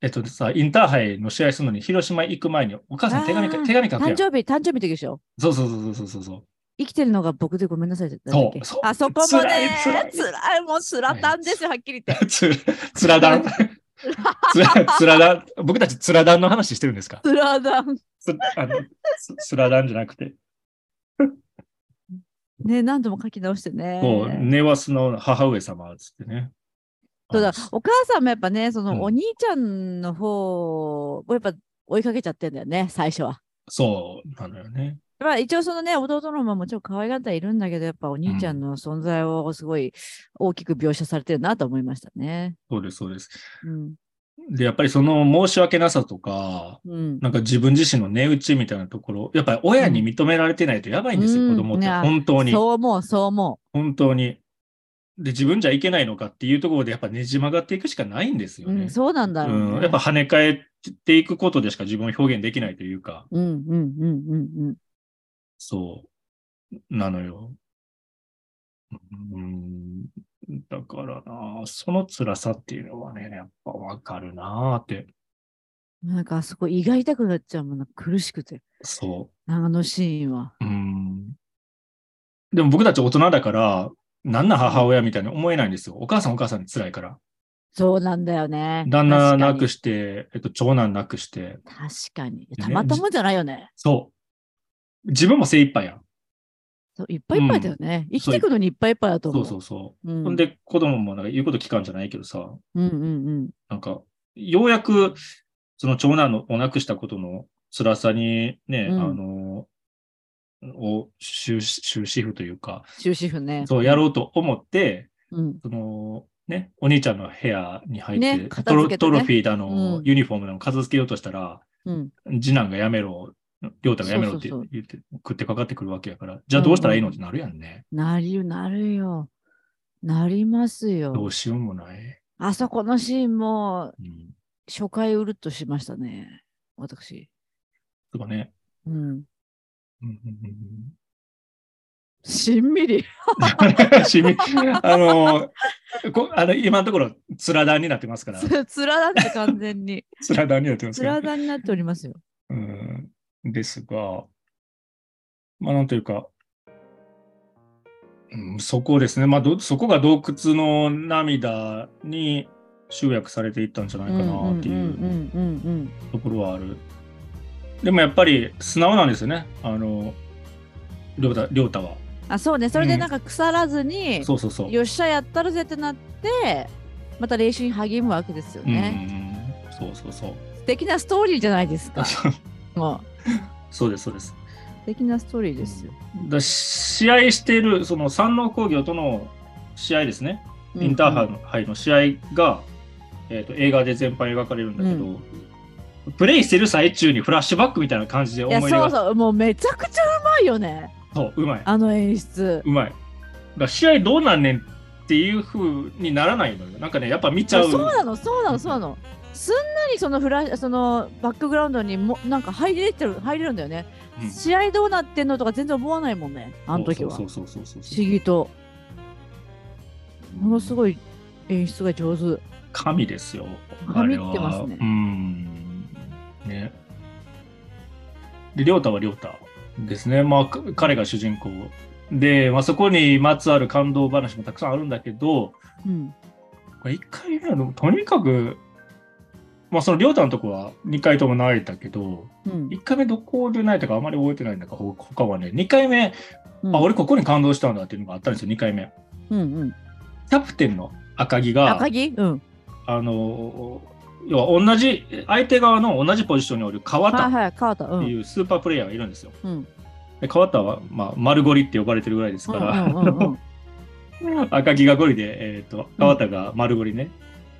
[SPEAKER 1] えっとさ、インターハイの試合するのに広島行く前に、お母さん手紙か
[SPEAKER 2] あー
[SPEAKER 1] 手紙書
[SPEAKER 2] う。
[SPEAKER 1] くや
[SPEAKER 2] 誕
[SPEAKER 1] ん。
[SPEAKER 2] 生日、誕生日の時でしょ。
[SPEAKER 1] そうそうそうそうそう そう。
[SPEAKER 2] 生きてるのが僕でごめんなさいって言ったっけ
[SPEAKER 1] そうそう
[SPEAKER 2] あそこもね、
[SPEAKER 1] 辛
[SPEAKER 2] 辛
[SPEAKER 1] い
[SPEAKER 2] い、
[SPEAKER 1] 辛い
[SPEAKER 2] もう辛たんですよ、はっきり言って。
[SPEAKER 1] つ、つら だん。つら、つらだん。僕たちつらだんの話してるんですか
[SPEAKER 2] 辛だん。
[SPEAKER 1] つ、 あの、つつらだんじゃなくて。
[SPEAKER 2] ね、何度も書き直してね。
[SPEAKER 1] こう、根は素直な母上様、つってね。
[SPEAKER 2] そうだ
[SPEAKER 1] あの
[SPEAKER 2] お母さんもやっぱね、そ
[SPEAKER 1] うん
[SPEAKER 2] のお兄ちゃんの方をやっぱ追いかけちゃってんだよね、最初は。
[SPEAKER 1] そうなのよね。
[SPEAKER 2] まあ一応そのね、弟の方ももちろん可愛がってはいるんだけど、やっぱお兄ちゃんの存在をすごい大きく描写されてるなと思いましたね。
[SPEAKER 1] そうです、そうです。
[SPEAKER 2] うん。
[SPEAKER 1] で、やっぱりその申し訳なさとか、
[SPEAKER 2] うん。
[SPEAKER 1] なんか自分自身の値打ちみたいなところ、やっぱり親に認められてないとやばいんですよ、
[SPEAKER 2] うん
[SPEAKER 1] 子供って。
[SPEAKER 2] いや
[SPEAKER 1] 本当に。
[SPEAKER 2] そう思う、そう思
[SPEAKER 1] 本当に。で、自分じゃいけないのかっていうところで、やっぱねじ曲がっていくしかないんですよ
[SPEAKER 2] う。う
[SPEAKER 1] ね。
[SPEAKER 2] ん、そうなんだろう、ね
[SPEAKER 1] うんやっぱ跳ね返っていくことでしか自分を表現できないというか、
[SPEAKER 2] うんうんうんうんうん。
[SPEAKER 1] そう、なのよ。うん、だからな、その辛さっていうのはね、やっぱわかるなって、
[SPEAKER 2] なんかあそこ胃が痛くなっちゃうもんな、苦しくて。
[SPEAKER 1] そ
[SPEAKER 2] あのシーンは。
[SPEAKER 1] う。うん。でも僕たち大人だから、なんな母親みたいに思えないんですよ。お母さんお母さんに辛いから。
[SPEAKER 2] そうなんだよね。
[SPEAKER 1] 旦那亡く
[SPEAKER 2] し。
[SPEAKER 1] して、えっと、長男亡くして、
[SPEAKER 2] 確かに。
[SPEAKER 1] ね
[SPEAKER 2] たまったもんじゃないよね。
[SPEAKER 1] そう。自分も精一杯やん。
[SPEAKER 2] そういっぱいいっぱいだよね。生きてくのにいっぱいいっぱいだと
[SPEAKER 1] そ
[SPEAKER 2] 思う。
[SPEAKER 1] うそうそう。
[SPEAKER 2] う。うん、
[SPEAKER 1] ほんで、子供もなんか言うこと聞かんじゃないけどさ、
[SPEAKER 2] うんうん
[SPEAKER 1] なんか、ようやく、その長男のを亡くしたことの辛さにね、
[SPEAKER 2] うん
[SPEAKER 1] あの、を終止終止符というか、
[SPEAKER 2] 終止符ね。
[SPEAKER 1] そうやろうと思って、
[SPEAKER 2] うん。
[SPEAKER 1] その、ね、お兄ちゃんの部屋に入って、
[SPEAKER 2] ね
[SPEAKER 1] ト
[SPEAKER 2] 片
[SPEAKER 1] ロ
[SPEAKER 2] 付けてね
[SPEAKER 1] トロフィーだの、
[SPEAKER 2] うん
[SPEAKER 1] ユニフォームだの片付けようとしたら、
[SPEAKER 2] うん。
[SPEAKER 1] 次男がやめろ、りょうたがやめろって
[SPEAKER 2] そうそうそう
[SPEAKER 1] 言って、食ってかかってくるわけやから、じゃあどうしたらいいのってなるやんね。
[SPEAKER 2] なりよ、なるよ。なります
[SPEAKER 1] ど
[SPEAKER 2] よ。
[SPEAKER 1] うしようもない。
[SPEAKER 2] あそこのシーンも
[SPEAKER 1] うん。
[SPEAKER 2] 初回うるっとしましたね。私。
[SPEAKER 1] とかね。
[SPEAKER 2] うん。
[SPEAKER 1] うんうんうんうん
[SPEAKER 2] しんみり。
[SPEAKER 1] しみ、 あの、こあの今のところ、つらだになってますから、
[SPEAKER 2] つつらだって完全 に。
[SPEAKER 1] つらだになってます
[SPEAKER 2] つ
[SPEAKER 1] からら。
[SPEAKER 2] だになっておりますよ。
[SPEAKER 1] うん、ですが、まあ、なんというか、うん、そこですね、まあど、そこが洞窟の涙に集約されていったんじゃないかなってい
[SPEAKER 2] んうん
[SPEAKER 1] う
[SPEAKER 2] うんうん
[SPEAKER 1] ところはある。でもやっぱり素直なんですよね、あの、りょうたりょうたは。
[SPEAKER 2] うん。あ、そうね。それ
[SPEAKER 1] う
[SPEAKER 2] で
[SPEAKER 1] ん
[SPEAKER 2] なんか腐らずに、
[SPEAKER 1] そうそうそう。
[SPEAKER 2] よっしゃやったるぜってなって、また練習に励むわけですよ
[SPEAKER 1] うんうん
[SPEAKER 2] ね。
[SPEAKER 1] うん、そうそうそう。
[SPEAKER 2] 素敵なストーリーじゃないですか。も
[SPEAKER 1] そうです、そうです。
[SPEAKER 2] う素敵なストーリーですよ。
[SPEAKER 1] だ試合しているその山王工業との試合ですね、インターハイの,、はい、の試合が、えー、と映画で全般描かれるんだけど、プレイしてる最中にフラッシュバックみたいな感じで
[SPEAKER 2] い
[SPEAKER 1] 思
[SPEAKER 2] や
[SPEAKER 1] い出
[SPEAKER 2] そう
[SPEAKER 1] が
[SPEAKER 2] そうもうめちゃくちゃうまいよね
[SPEAKER 1] そううまい
[SPEAKER 2] あの演出
[SPEAKER 1] うまいだから試合どうなんねんっていう風にならないのよなんかねやっぱ見ちゃう
[SPEAKER 2] そうなのそうなのそうなのすんなりそのフラそのバックグラウンドにもなんか入れてる入れるんだよね、
[SPEAKER 1] うん
[SPEAKER 2] 試合どうなってんのとか全然思わないもんねあの時は
[SPEAKER 1] そうそうそうそう
[SPEAKER 2] 不
[SPEAKER 1] そう
[SPEAKER 2] 思議とものす
[SPEAKER 1] い
[SPEAKER 2] ごい演出が上手
[SPEAKER 1] 神ですよ
[SPEAKER 2] 神
[SPEAKER 1] あれは
[SPEAKER 2] ってますね
[SPEAKER 1] うんねで亮太は亮太ですね、まあ、か彼が主人公で、まあ、そこにまつわる感動話もたくさんあるんだけど
[SPEAKER 2] うん
[SPEAKER 1] これ1回目はでもとにかく、まあ、その亮太のとこは2回とも泣いたけど
[SPEAKER 2] うん
[SPEAKER 1] 1回目どこで泣いたかあまり覚えてないんだかほ他はね2回目、
[SPEAKER 2] うん
[SPEAKER 1] あ俺ここに感動したんだっていうのがあったんですよ2回目
[SPEAKER 2] うんうん
[SPEAKER 1] キャプテンの赤木が
[SPEAKER 2] 赤木うん
[SPEAKER 1] あの要は同じ相手側の同じポジションにおる川田
[SPEAKER 2] はい
[SPEAKER 1] っ
[SPEAKER 2] はい川田う
[SPEAKER 1] て
[SPEAKER 2] ん
[SPEAKER 1] いうスーパープレイヤーがいるんですよ。
[SPEAKER 2] うん
[SPEAKER 1] で川田は、まあ、丸ゴリって呼ばれてるぐらいです
[SPEAKER 2] うん
[SPEAKER 1] か
[SPEAKER 2] う
[SPEAKER 1] ら、
[SPEAKER 2] んうんうん
[SPEAKER 1] 赤木がゴリで、えー、と川田が丸ゴリね、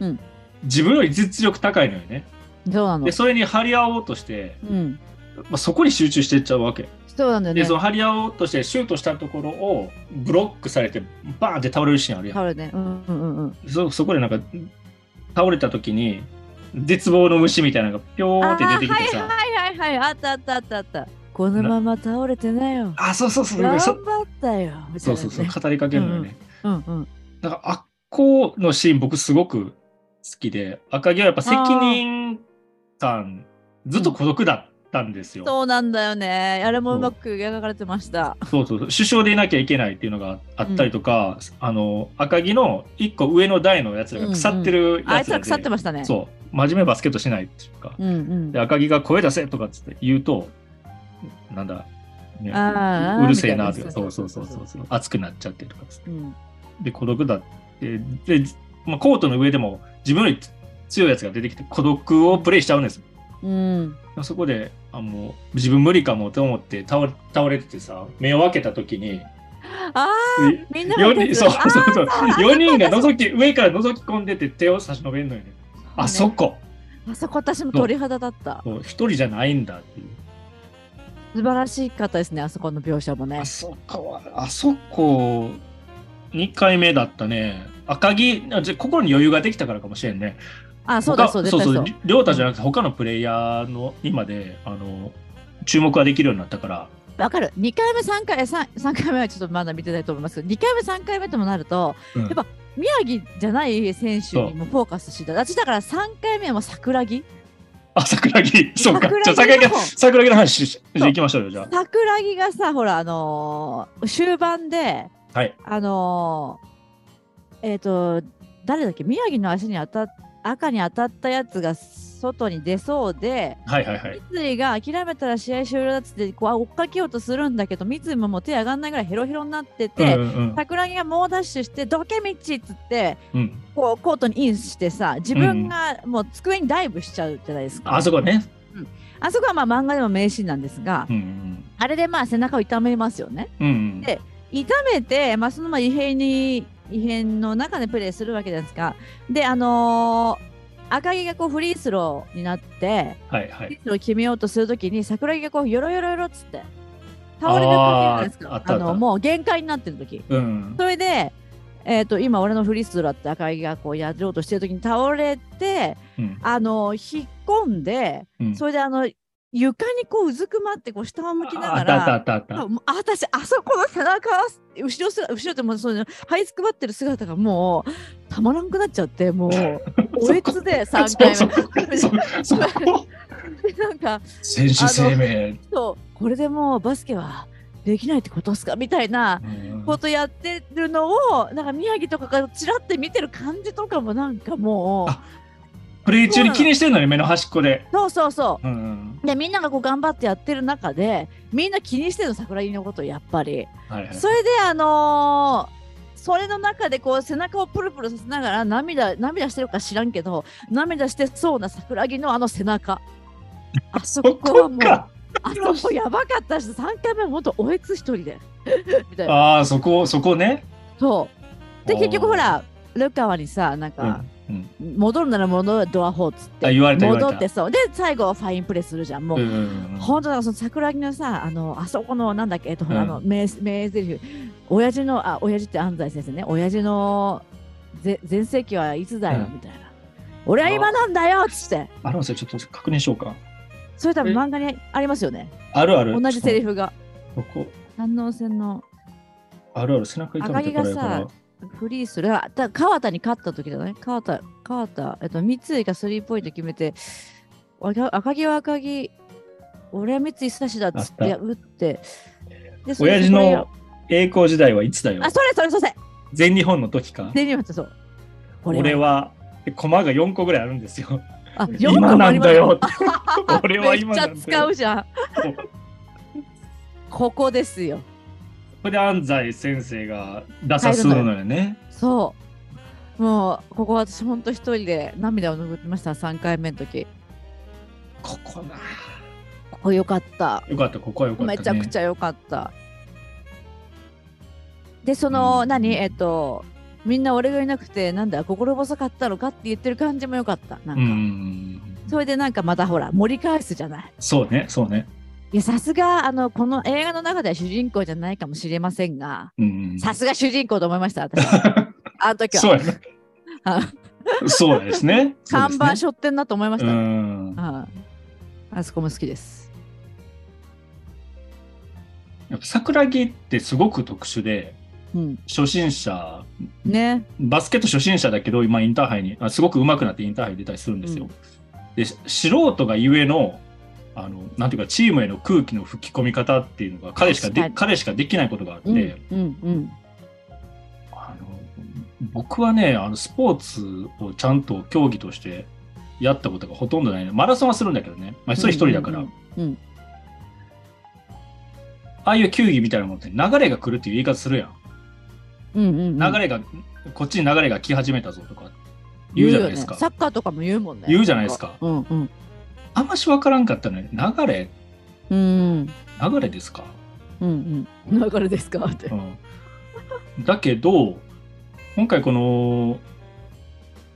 [SPEAKER 2] うん
[SPEAKER 1] 自分より実力高いのよね。
[SPEAKER 2] そうなの
[SPEAKER 1] でそれに張り合おうとして、
[SPEAKER 2] うん
[SPEAKER 1] まあ、そこに集中していっちゃうわけ。
[SPEAKER 2] そうなんだよ
[SPEAKER 1] で
[SPEAKER 2] ね
[SPEAKER 1] その張り合おうとしてシュートしたところをブロックされてバーンって倒れるシーンあるやん。
[SPEAKER 2] 倒れねうんうんうんうん
[SPEAKER 1] そそこでなんか倒れた時に絶望の虫みたいなのがピョーンって出てきてさ。
[SPEAKER 2] あーはいはいはいはいあったあったあったあったこのまま倒れてなよ
[SPEAKER 1] あ、そうそうそう。
[SPEAKER 2] 頑
[SPEAKER 1] そ
[SPEAKER 2] 張ったよみた
[SPEAKER 1] そ
[SPEAKER 2] いうなね
[SPEAKER 1] そうそう。語りかけるのよね。
[SPEAKER 2] うんうん
[SPEAKER 1] だから、あっこのシーン、僕すごく好きで、赤木はやっぱ責任感、ずっと孤独だったんですよ。
[SPEAKER 2] そうなんだよねあれもうまく描かれてました
[SPEAKER 1] そうそうそう首相でいなきゃいけないっていうのがあったりとか、あの、赤木の一個上の台のやつらが腐ってる
[SPEAKER 2] あ
[SPEAKER 1] や
[SPEAKER 2] い
[SPEAKER 1] つ
[SPEAKER 2] つ
[SPEAKER 1] らで、
[SPEAKER 2] ら腐ってましたね
[SPEAKER 1] そう。真面目バスケットしないっていうか。
[SPEAKER 2] うん
[SPEAKER 1] で、赤木が声出せとかっつって言うと、なんだ、ね、
[SPEAKER 2] あー
[SPEAKER 1] うるせえな
[SPEAKER 2] あー
[SPEAKER 1] とか、
[SPEAKER 2] みたい
[SPEAKER 1] そう
[SPEAKER 2] な
[SPEAKER 1] そうそうそうそう、熱くなっちゃってとかっつって
[SPEAKER 2] うんうん
[SPEAKER 1] で孤独だってで、まあ、コートの上でも自分より強いやつが出てきて孤独をプレイしちゃうんです
[SPEAKER 2] うん
[SPEAKER 1] そこであもう自分無理かもと思って倒れ倒れててさ目を開けた時に
[SPEAKER 2] あ
[SPEAKER 1] い
[SPEAKER 2] みんな
[SPEAKER 1] 四
[SPEAKER 2] が
[SPEAKER 1] 人そう
[SPEAKER 2] あー
[SPEAKER 1] そうそう4人が覗き上から覗き込んでて手を差し伸べるのよねあそこ
[SPEAKER 2] あそこ私も鳥肌だった
[SPEAKER 1] もう一人じゃないんだっていう
[SPEAKER 2] 素晴らしかったですねあそこの描写もね
[SPEAKER 1] あそこはあそこ2回目だったね赤木あじゃ心に余裕ができたからかもしれんね
[SPEAKER 2] あそうだ
[SPEAKER 1] 他
[SPEAKER 2] そう絶対そう
[SPEAKER 1] り亮太じゃなくて他のプレイヤーのにまであの注目ができるようになったから
[SPEAKER 2] わかる2回目3回 3, 三回目はちょっとまだ見てないと思いますけど2回目3回目ともなると、
[SPEAKER 1] うん
[SPEAKER 2] やっぱ宮城じゃない選手にもフォーカスしてた私だから3回目は桜木
[SPEAKER 1] あ桜木そうか
[SPEAKER 2] 桜木
[SPEAKER 1] じゃあ桜木
[SPEAKER 2] の
[SPEAKER 1] の桜木の話しししていきましょうよじゃ
[SPEAKER 2] 桜木がさほらあのー終盤で、
[SPEAKER 1] はい
[SPEAKER 2] あのーえっ、と誰だっけ宮城の足に当たっ赤に当たったやつが外に出そうで
[SPEAKER 1] あはいはいはい
[SPEAKER 2] 三井が諦めたら試合終了だっつってこう追っかけようとするんだけど三井ももう手上がんないぐらいヘロヘロになってて、
[SPEAKER 1] うんうん
[SPEAKER 2] 桜木が猛ダッシュして「どけ道」っつって
[SPEAKER 1] うんうん、
[SPEAKER 2] こうコートにインしてさ自分がもう机にダイブしちゃうじゃないですか、
[SPEAKER 1] あそこね、
[SPEAKER 2] あそこはまあ漫画でも名シーンなんですが、
[SPEAKER 1] うん
[SPEAKER 2] あれでまあ背中を痛めますよね
[SPEAKER 1] うんうん
[SPEAKER 2] で痛めて、まあ、そのまま異変に異変の中でプレーするわけじゃないですかであのー赤木がこうフリースローになって
[SPEAKER 1] はいは
[SPEAKER 2] フリ
[SPEAKER 1] い
[SPEAKER 2] ースロー決めようとするときに桜木がこうよろよろよろっつって倒れる時
[SPEAKER 1] あー
[SPEAKER 2] じゃないですか
[SPEAKER 1] あ
[SPEAKER 2] あ
[SPEAKER 1] ったあった
[SPEAKER 2] のもう限界になってる時
[SPEAKER 1] うん
[SPEAKER 2] それで、えー、と今俺のフリースローだって赤木がこうやろうとしてる時に倒れて
[SPEAKER 1] うん
[SPEAKER 2] あの引っ込んで
[SPEAKER 1] うん
[SPEAKER 2] それであの床にこううずくまってこう下を向きな
[SPEAKER 1] あ
[SPEAKER 2] が
[SPEAKER 1] ったあ
[SPEAKER 2] ら
[SPEAKER 1] ったあったあった
[SPEAKER 2] あもうあ私あそこの背中後ろすら後ろってもうその這いつくばってる姿がもうたまらんくなっちゃって もうおえつで3回目
[SPEAKER 1] そうそうそそこ
[SPEAKER 2] なんか
[SPEAKER 1] 選手生命、
[SPEAKER 2] そうこれでもうバスケはできないってことっすかみたいな
[SPEAKER 1] うん
[SPEAKER 2] ことやってるのをなんか宮城とかがちらって見てる感じとかもなんかも
[SPEAKER 1] あプレイ中に気にしてるのに目の端っこで、
[SPEAKER 2] うそうそうそ
[SPEAKER 1] うんうん
[SPEAKER 2] うでみんながこう頑張ってやってる中でみんな気にしてるの桜木のことやっぱり。
[SPEAKER 1] はいはい
[SPEAKER 2] それであのーそれの中でこう背中をプルプルさせながら涙涙してるか知らんけど涙してそうな桜木のあの背中あそ
[SPEAKER 1] そ
[SPEAKER 2] こは
[SPEAKER 1] こ
[SPEAKER 2] もう
[SPEAKER 1] か
[SPEAKER 2] あそこやばかったし3回目は本当おえつ一人で みたいな
[SPEAKER 1] ああそこそこね
[SPEAKER 2] そうで
[SPEAKER 1] おー
[SPEAKER 2] 結局ほらルカワにさなんか、
[SPEAKER 1] うんうん
[SPEAKER 2] 戻るなら戻るドアホーっつって
[SPEAKER 1] あ言われた言われた
[SPEAKER 2] 戻ってそうで最後ファインプレーするじゃんもう、
[SPEAKER 1] うんうんうん
[SPEAKER 2] 本当だからその桜木のさあのあそこのなんだっけえっとほら、
[SPEAKER 1] うん
[SPEAKER 2] あの名名台詞親父のあ親父って安西先生ね親父のぜ全盛期はいつだよ、
[SPEAKER 1] うん
[SPEAKER 2] みたいな俺は今なんだよっつって
[SPEAKER 1] あるんですよちょっと確認しようか
[SPEAKER 2] それ多分
[SPEAKER 1] え
[SPEAKER 2] 漫画にありますよね
[SPEAKER 1] あるある
[SPEAKER 2] 同じセリ
[SPEAKER 1] フ
[SPEAKER 2] フが
[SPEAKER 1] ここ
[SPEAKER 2] 反応戦の
[SPEAKER 1] あるある背中痛めてからやか
[SPEAKER 2] 赤
[SPEAKER 1] ら
[SPEAKER 2] 木がフリースルーあだ川田に勝った時だね川田川田えっと三井がスリーポイント決めてわが赤木は赤木俺は三井久志だっつっ
[SPEAKER 1] あってた
[SPEAKER 2] 打ってでそれ
[SPEAKER 1] 親
[SPEAKER 2] で
[SPEAKER 1] 父
[SPEAKER 2] それが
[SPEAKER 1] の栄光時代はいつだよ
[SPEAKER 2] あそれそれそれ
[SPEAKER 1] 全日本の時か
[SPEAKER 2] デニムってそう。
[SPEAKER 1] 俺はで駒が4個ぐらいあるんですよ
[SPEAKER 2] あ四個
[SPEAKER 1] 今
[SPEAKER 2] もあ
[SPEAKER 1] な
[SPEAKER 2] り
[SPEAKER 1] ん
[SPEAKER 2] ま
[SPEAKER 1] だ
[SPEAKER 2] す
[SPEAKER 1] よって 俺は
[SPEAKER 2] めっ
[SPEAKER 1] 今
[SPEAKER 2] ち
[SPEAKER 1] な
[SPEAKER 2] ゃ
[SPEAKER 1] んだ
[SPEAKER 2] 使
[SPEAKER 1] よ
[SPEAKER 2] うじゃん。
[SPEAKER 1] そう
[SPEAKER 2] ここですよ。
[SPEAKER 1] それで安西先生が出さするのよね
[SPEAKER 2] そう。もうここ私ほんと一人で涙を拭ってました三回目の時
[SPEAKER 1] ここな
[SPEAKER 2] ここ良かった
[SPEAKER 1] よかったここはよかった、ね、
[SPEAKER 2] めちゃくちゃ良かったでその、
[SPEAKER 1] うん
[SPEAKER 2] 何えっとみんんな俺がいなくてなんだ心細かったのかって言ってる感じも良かったな
[SPEAKER 1] うん
[SPEAKER 2] んか、
[SPEAKER 1] うんうん
[SPEAKER 2] それでなんかまたほら盛り返すじゃない
[SPEAKER 1] そうねそうね
[SPEAKER 2] いやさすがあのこの映画の中では主人公じゃないかもしれませんが
[SPEAKER 1] うんうん
[SPEAKER 2] さすが主人公と思いました、 私。あの時
[SPEAKER 1] そう
[SPEAKER 2] は。
[SPEAKER 1] やね
[SPEAKER 2] あ
[SPEAKER 1] そうですねそうで
[SPEAKER 2] 看
[SPEAKER 1] すね
[SPEAKER 2] 板背負ってんなと思いまし
[SPEAKER 1] う
[SPEAKER 2] た。
[SPEAKER 1] ん
[SPEAKER 2] ああそこも好きです。
[SPEAKER 1] やっぱ桜木ってすごく特殊で
[SPEAKER 2] うん、
[SPEAKER 1] 初心者
[SPEAKER 2] ね。
[SPEAKER 1] バスケット初心者だけど今インターハイにあすごく上手くなってインターハイ出たりするんですよ。でし素人がゆえのあのなんていうかチームへの空気の吹き込み方っていうのが彼しか
[SPEAKER 2] 確か
[SPEAKER 1] で
[SPEAKER 2] に
[SPEAKER 1] 彼しかできないことがあって、
[SPEAKER 2] うん、うん、うん。
[SPEAKER 1] あの僕はねあのスポーツをちゃんと競技としてやったことがほとんどないねマラソンはするんだけどね、まあ、それ一人だから、
[SPEAKER 2] うんうんうん
[SPEAKER 1] ああいう球技みたいなものって流れが来るっていう言い方するやん
[SPEAKER 2] うん、うん。
[SPEAKER 1] 流れが、こっちに流れが来始めたぞとか言うじゃないです
[SPEAKER 2] よ
[SPEAKER 1] か
[SPEAKER 2] ねサッカーとかも言うもんね。
[SPEAKER 1] 言うじゃないですか
[SPEAKER 2] うん、うん。
[SPEAKER 1] あんまし分からんかったのに流れ
[SPEAKER 2] うん
[SPEAKER 1] 流れですか、
[SPEAKER 2] うんうん流れですかって
[SPEAKER 1] うん、だけど今回この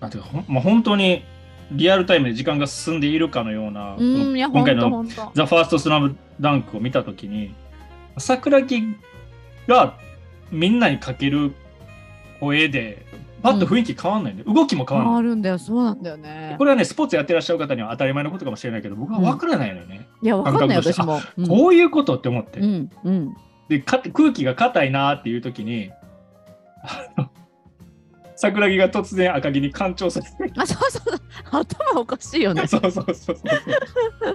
[SPEAKER 1] なんていうかほん、まあ、本当にリアルタイムで時間が進んでいるかのような、
[SPEAKER 2] うんいや
[SPEAKER 1] この今
[SPEAKER 2] 本
[SPEAKER 1] 回
[SPEAKER 2] 当
[SPEAKER 1] の
[SPEAKER 2] 本当
[SPEAKER 1] 「ザ・ファーストスラムダンクを見た時に桜木がみんなにかける声でパッと雰囲気変わんないんで、動きも変わんない
[SPEAKER 2] あるんだよそうなんだよね
[SPEAKER 1] これはね、スポーツやってらっしゃる方には当たり前のことかもしれないけど、僕は分からないのよね。
[SPEAKER 2] いやわかんない
[SPEAKER 1] 感覚として
[SPEAKER 2] 私もうん
[SPEAKER 1] こういうことって思って。
[SPEAKER 2] うんうん
[SPEAKER 1] でか、空気が硬いなーっていう時に、あの桜木が突然赤木に干潮されて、
[SPEAKER 2] あそうそうそう 頭おかしいよ ね
[SPEAKER 1] そうそうそうそう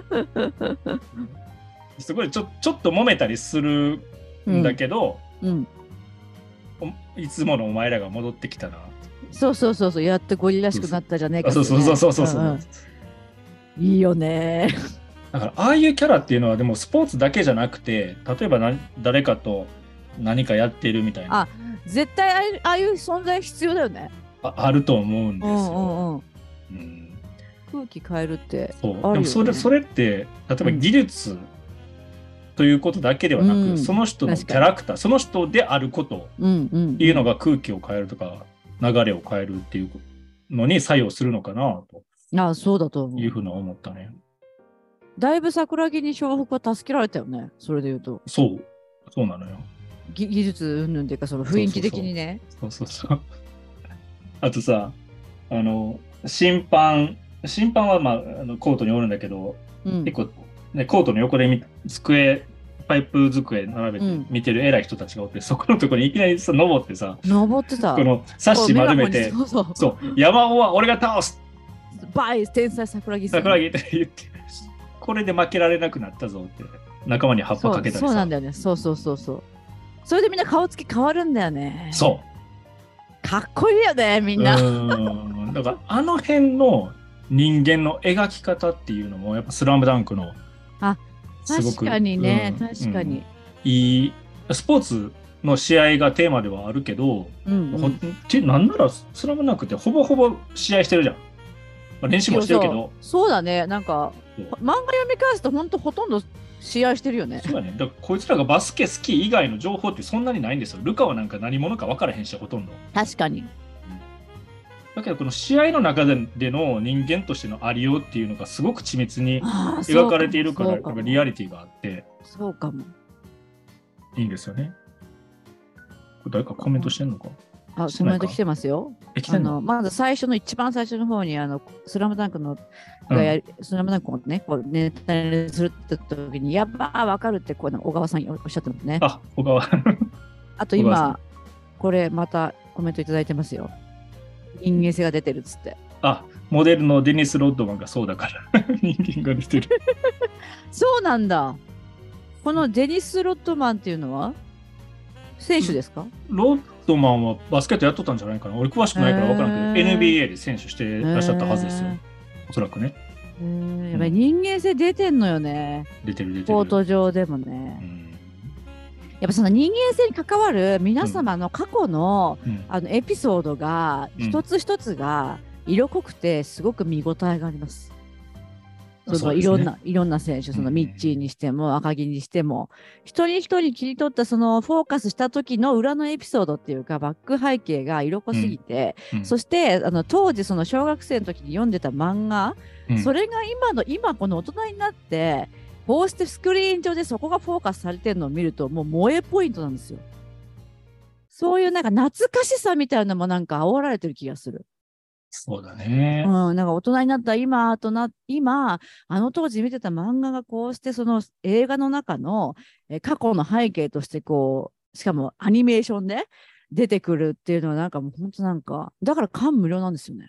[SPEAKER 1] そう。すごいちょちょっと揉めたりするんだけど、
[SPEAKER 2] うん
[SPEAKER 1] おいつものお前らが戻ってきたな。
[SPEAKER 2] そうそうそうそうやってゴリらしくなったじゃねえか
[SPEAKER 1] あ
[SPEAKER 2] って
[SPEAKER 1] そ
[SPEAKER 2] ね
[SPEAKER 1] うそうそうそうそうそう、
[SPEAKER 2] んんいいよね
[SPEAKER 1] だからああいうキャラっていうのはでもスポーツだけじゃなくて例えばな誰かと何かやってるみたいな
[SPEAKER 2] あ絶対ああいうああいう存在必要だよね。
[SPEAKER 1] ああると思うんで
[SPEAKER 2] う
[SPEAKER 1] す
[SPEAKER 2] ん
[SPEAKER 1] よ。
[SPEAKER 2] うんう
[SPEAKER 1] う
[SPEAKER 2] ん。
[SPEAKER 1] ん
[SPEAKER 2] 空気変えるって。
[SPEAKER 1] そう
[SPEAKER 2] よね
[SPEAKER 1] でもそれそれって例えば技術ということだけではなく、
[SPEAKER 2] うん
[SPEAKER 1] その人のキャラクターその人であることっ
[SPEAKER 2] うんうん。
[SPEAKER 1] ていうのが空気を変えるとか流れを変えるっていうのに作用するのかなと
[SPEAKER 2] ああそうだと思う
[SPEAKER 1] いう。ふうに思ったね。
[SPEAKER 2] だいぶ桜木に湘北は助けられたよね。それで言うと
[SPEAKER 1] そうそうなのよ。
[SPEAKER 2] ぎ技術云々っていうかその雰囲気的にね。
[SPEAKER 1] そうそうそう。 あとさ、あの、審判、審判は、まあ、あのコートにおるんだけど、
[SPEAKER 2] うん
[SPEAKER 1] 結構、ね、コートの横でみ机、パイプ机並べて
[SPEAKER 2] うん
[SPEAKER 1] 見てる偉い人たちがおって、 そこのところにいきなりさ、登ってさ、
[SPEAKER 2] 登ってた。
[SPEAKER 1] このサッシ丸めて
[SPEAKER 2] こ、うメガホンにそうそ
[SPEAKER 1] そ
[SPEAKER 2] う。
[SPEAKER 1] う、山尾は俺が倒す
[SPEAKER 2] バイ天才桜木さん。
[SPEAKER 1] 桜木って 言って、これで負けられなくなったぞって、仲間に葉っぱ
[SPEAKER 2] そ
[SPEAKER 1] かけ
[SPEAKER 2] う
[SPEAKER 1] たりさ。
[SPEAKER 2] そうなんだよね。そうそうそうそう。それでみんな顔つき変わるんだよね。
[SPEAKER 1] そう
[SPEAKER 2] う。かっこいいよねみ
[SPEAKER 1] うん
[SPEAKER 2] な。
[SPEAKER 1] ーんだからあの辺の人間の描き方っていうのもやっぱ「スラムダンクの
[SPEAKER 2] あ
[SPEAKER 1] すごく
[SPEAKER 2] 確かにね、
[SPEAKER 1] うん
[SPEAKER 2] 確かに。
[SPEAKER 1] うんいいスポーツの試合がテーマではあるけど、
[SPEAKER 2] うん、う
[SPEAKER 1] ほ
[SPEAKER 2] ん。
[SPEAKER 1] てなんなら「スラムダンクってほぼほぼ試合してるじゃん、まあ練習もしてるけど
[SPEAKER 2] そうそうだねなんか
[SPEAKER 1] そう
[SPEAKER 2] 漫画読み返すとほんとほとんど試合してるよね
[SPEAKER 1] そうだねだからこいつらがバスケ好き以外の情報ってそんなにないんですよルカはなんか何者か分からへんしほとんど
[SPEAKER 2] 確かに
[SPEAKER 1] だけどこの試合の中での人間としてのありようっていうのがすごく緻密に描かれているからなんかリア
[SPEAKER 2] リ
[SPEAKER 1] リティがあって
[SPEAKER 2] そうかも
[SPEAKER 1] いいんですよね。これ誰かコメントしてんのか
[SPEAKER 2] あ
[SPEAKER 1] し
[SPEAKER 2] コ
[SPEAKER 1] てな
[SPEAKER 2] メ
[SPEAKER 1] い
[SPEAKER 2] ン
[SPEAKER 1] か
[SPEAKER 2] ト来てますよ
[SPEAKER 1] え、来て
[SPEAKER 2] あ
[SPEAKER 1] んの
[SPEAKER 2] のまず最初の一番最初の方にあのスラムダンクのがやり、スラムダンクをねこうネタにするって時にやっぱわかるってこうなんか小川さんおっしゃってますねあ
[SPEAKER 1] あ、小川。
[SPEAKER 2] と
[SPEAKER 1] 小川さ
[SPEAKER 2] 今これまたコメントいただいてますよ人間性が出てるっつって
[SPEAKER 1] あ、モデルのデニス・ロッドマンがそうだから。 人間が出てる。
[SPEAKER 2] そうなんだ。このデニス・ロットマンっていうのは選手ですか、
[SPEAKER 1] ロッドマンはバスケットやっとったんじゃないかな。俺詳しくないから分からんけど、
[SPEAKER 2] へー
[SPEAKER 1] NBA で選手してらっしゃったはずですよ。おそらくね。
[SPEAKER 2] へーやっぱり人間性出てんのよね、
[SPEAKER 1] 出てる出てる。
[SPEAKER 2] コート上でも
[SPEAKER 1] う
[SPEAKER 2] ね。
[SPEAKER 1] ん
[SPEAKER 2] やっぱその人間性に関わる皆様の過去の,、
[SPEAKER 1] うん
[SPEAKER 2] あのエピソードが
[SPEAKER 1] うん
[SPEAKER 2] 一つ一つが色濃くてすごく見応えがあります。そ
[SPEAKER 1] そう
[SPEAKER 2] の
[SPEAKER 1] で
[SPEAKER 2] い
[SPEAKER 1] すね
[SPEAKER 2] ろんな、いろんな選手、そのミッチーにしても、赤木にしても、一人一人切り取ったそのフォーカスした時の裏のエピソードっていうか、バック背景が色濃すぎて、
[SPEAKER 1] うん
[SPEAKER 2] そしてあの当時その小学生の時に読んでた漫画、
[SPEAKER 1] うん
[SPEAKER 2] それが今の、今この大人になって、こうしてスクリーン上でそこがフォーカスされてるのを見ると、もう萌えポイントなんですよ。そういうなんか懐かしさみたいなのもなんか煽られてる気がする。
[SPEAKER 1] そうだね。
[SPEAKER 2] うん、なんか大人になった今とな、今、あの当時見てた漫画がこうして、その映画の中のえー過去の背景として、こう、しかもアニメーションで出てくるっていうのは、なんかもう本当なんか、だから感無量なんですよね。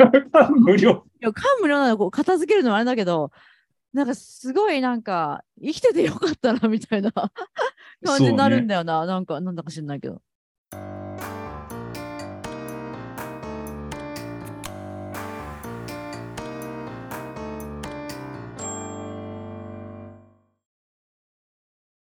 [SPEAKER 1] 無料。
[SPEAKER 2] いや、感無量なの、こう片付けるのはあれだけど、なんかすごいなん か、生きててよかったな、みたいな感じになるんだよな、なんか、なんだか知んないけど。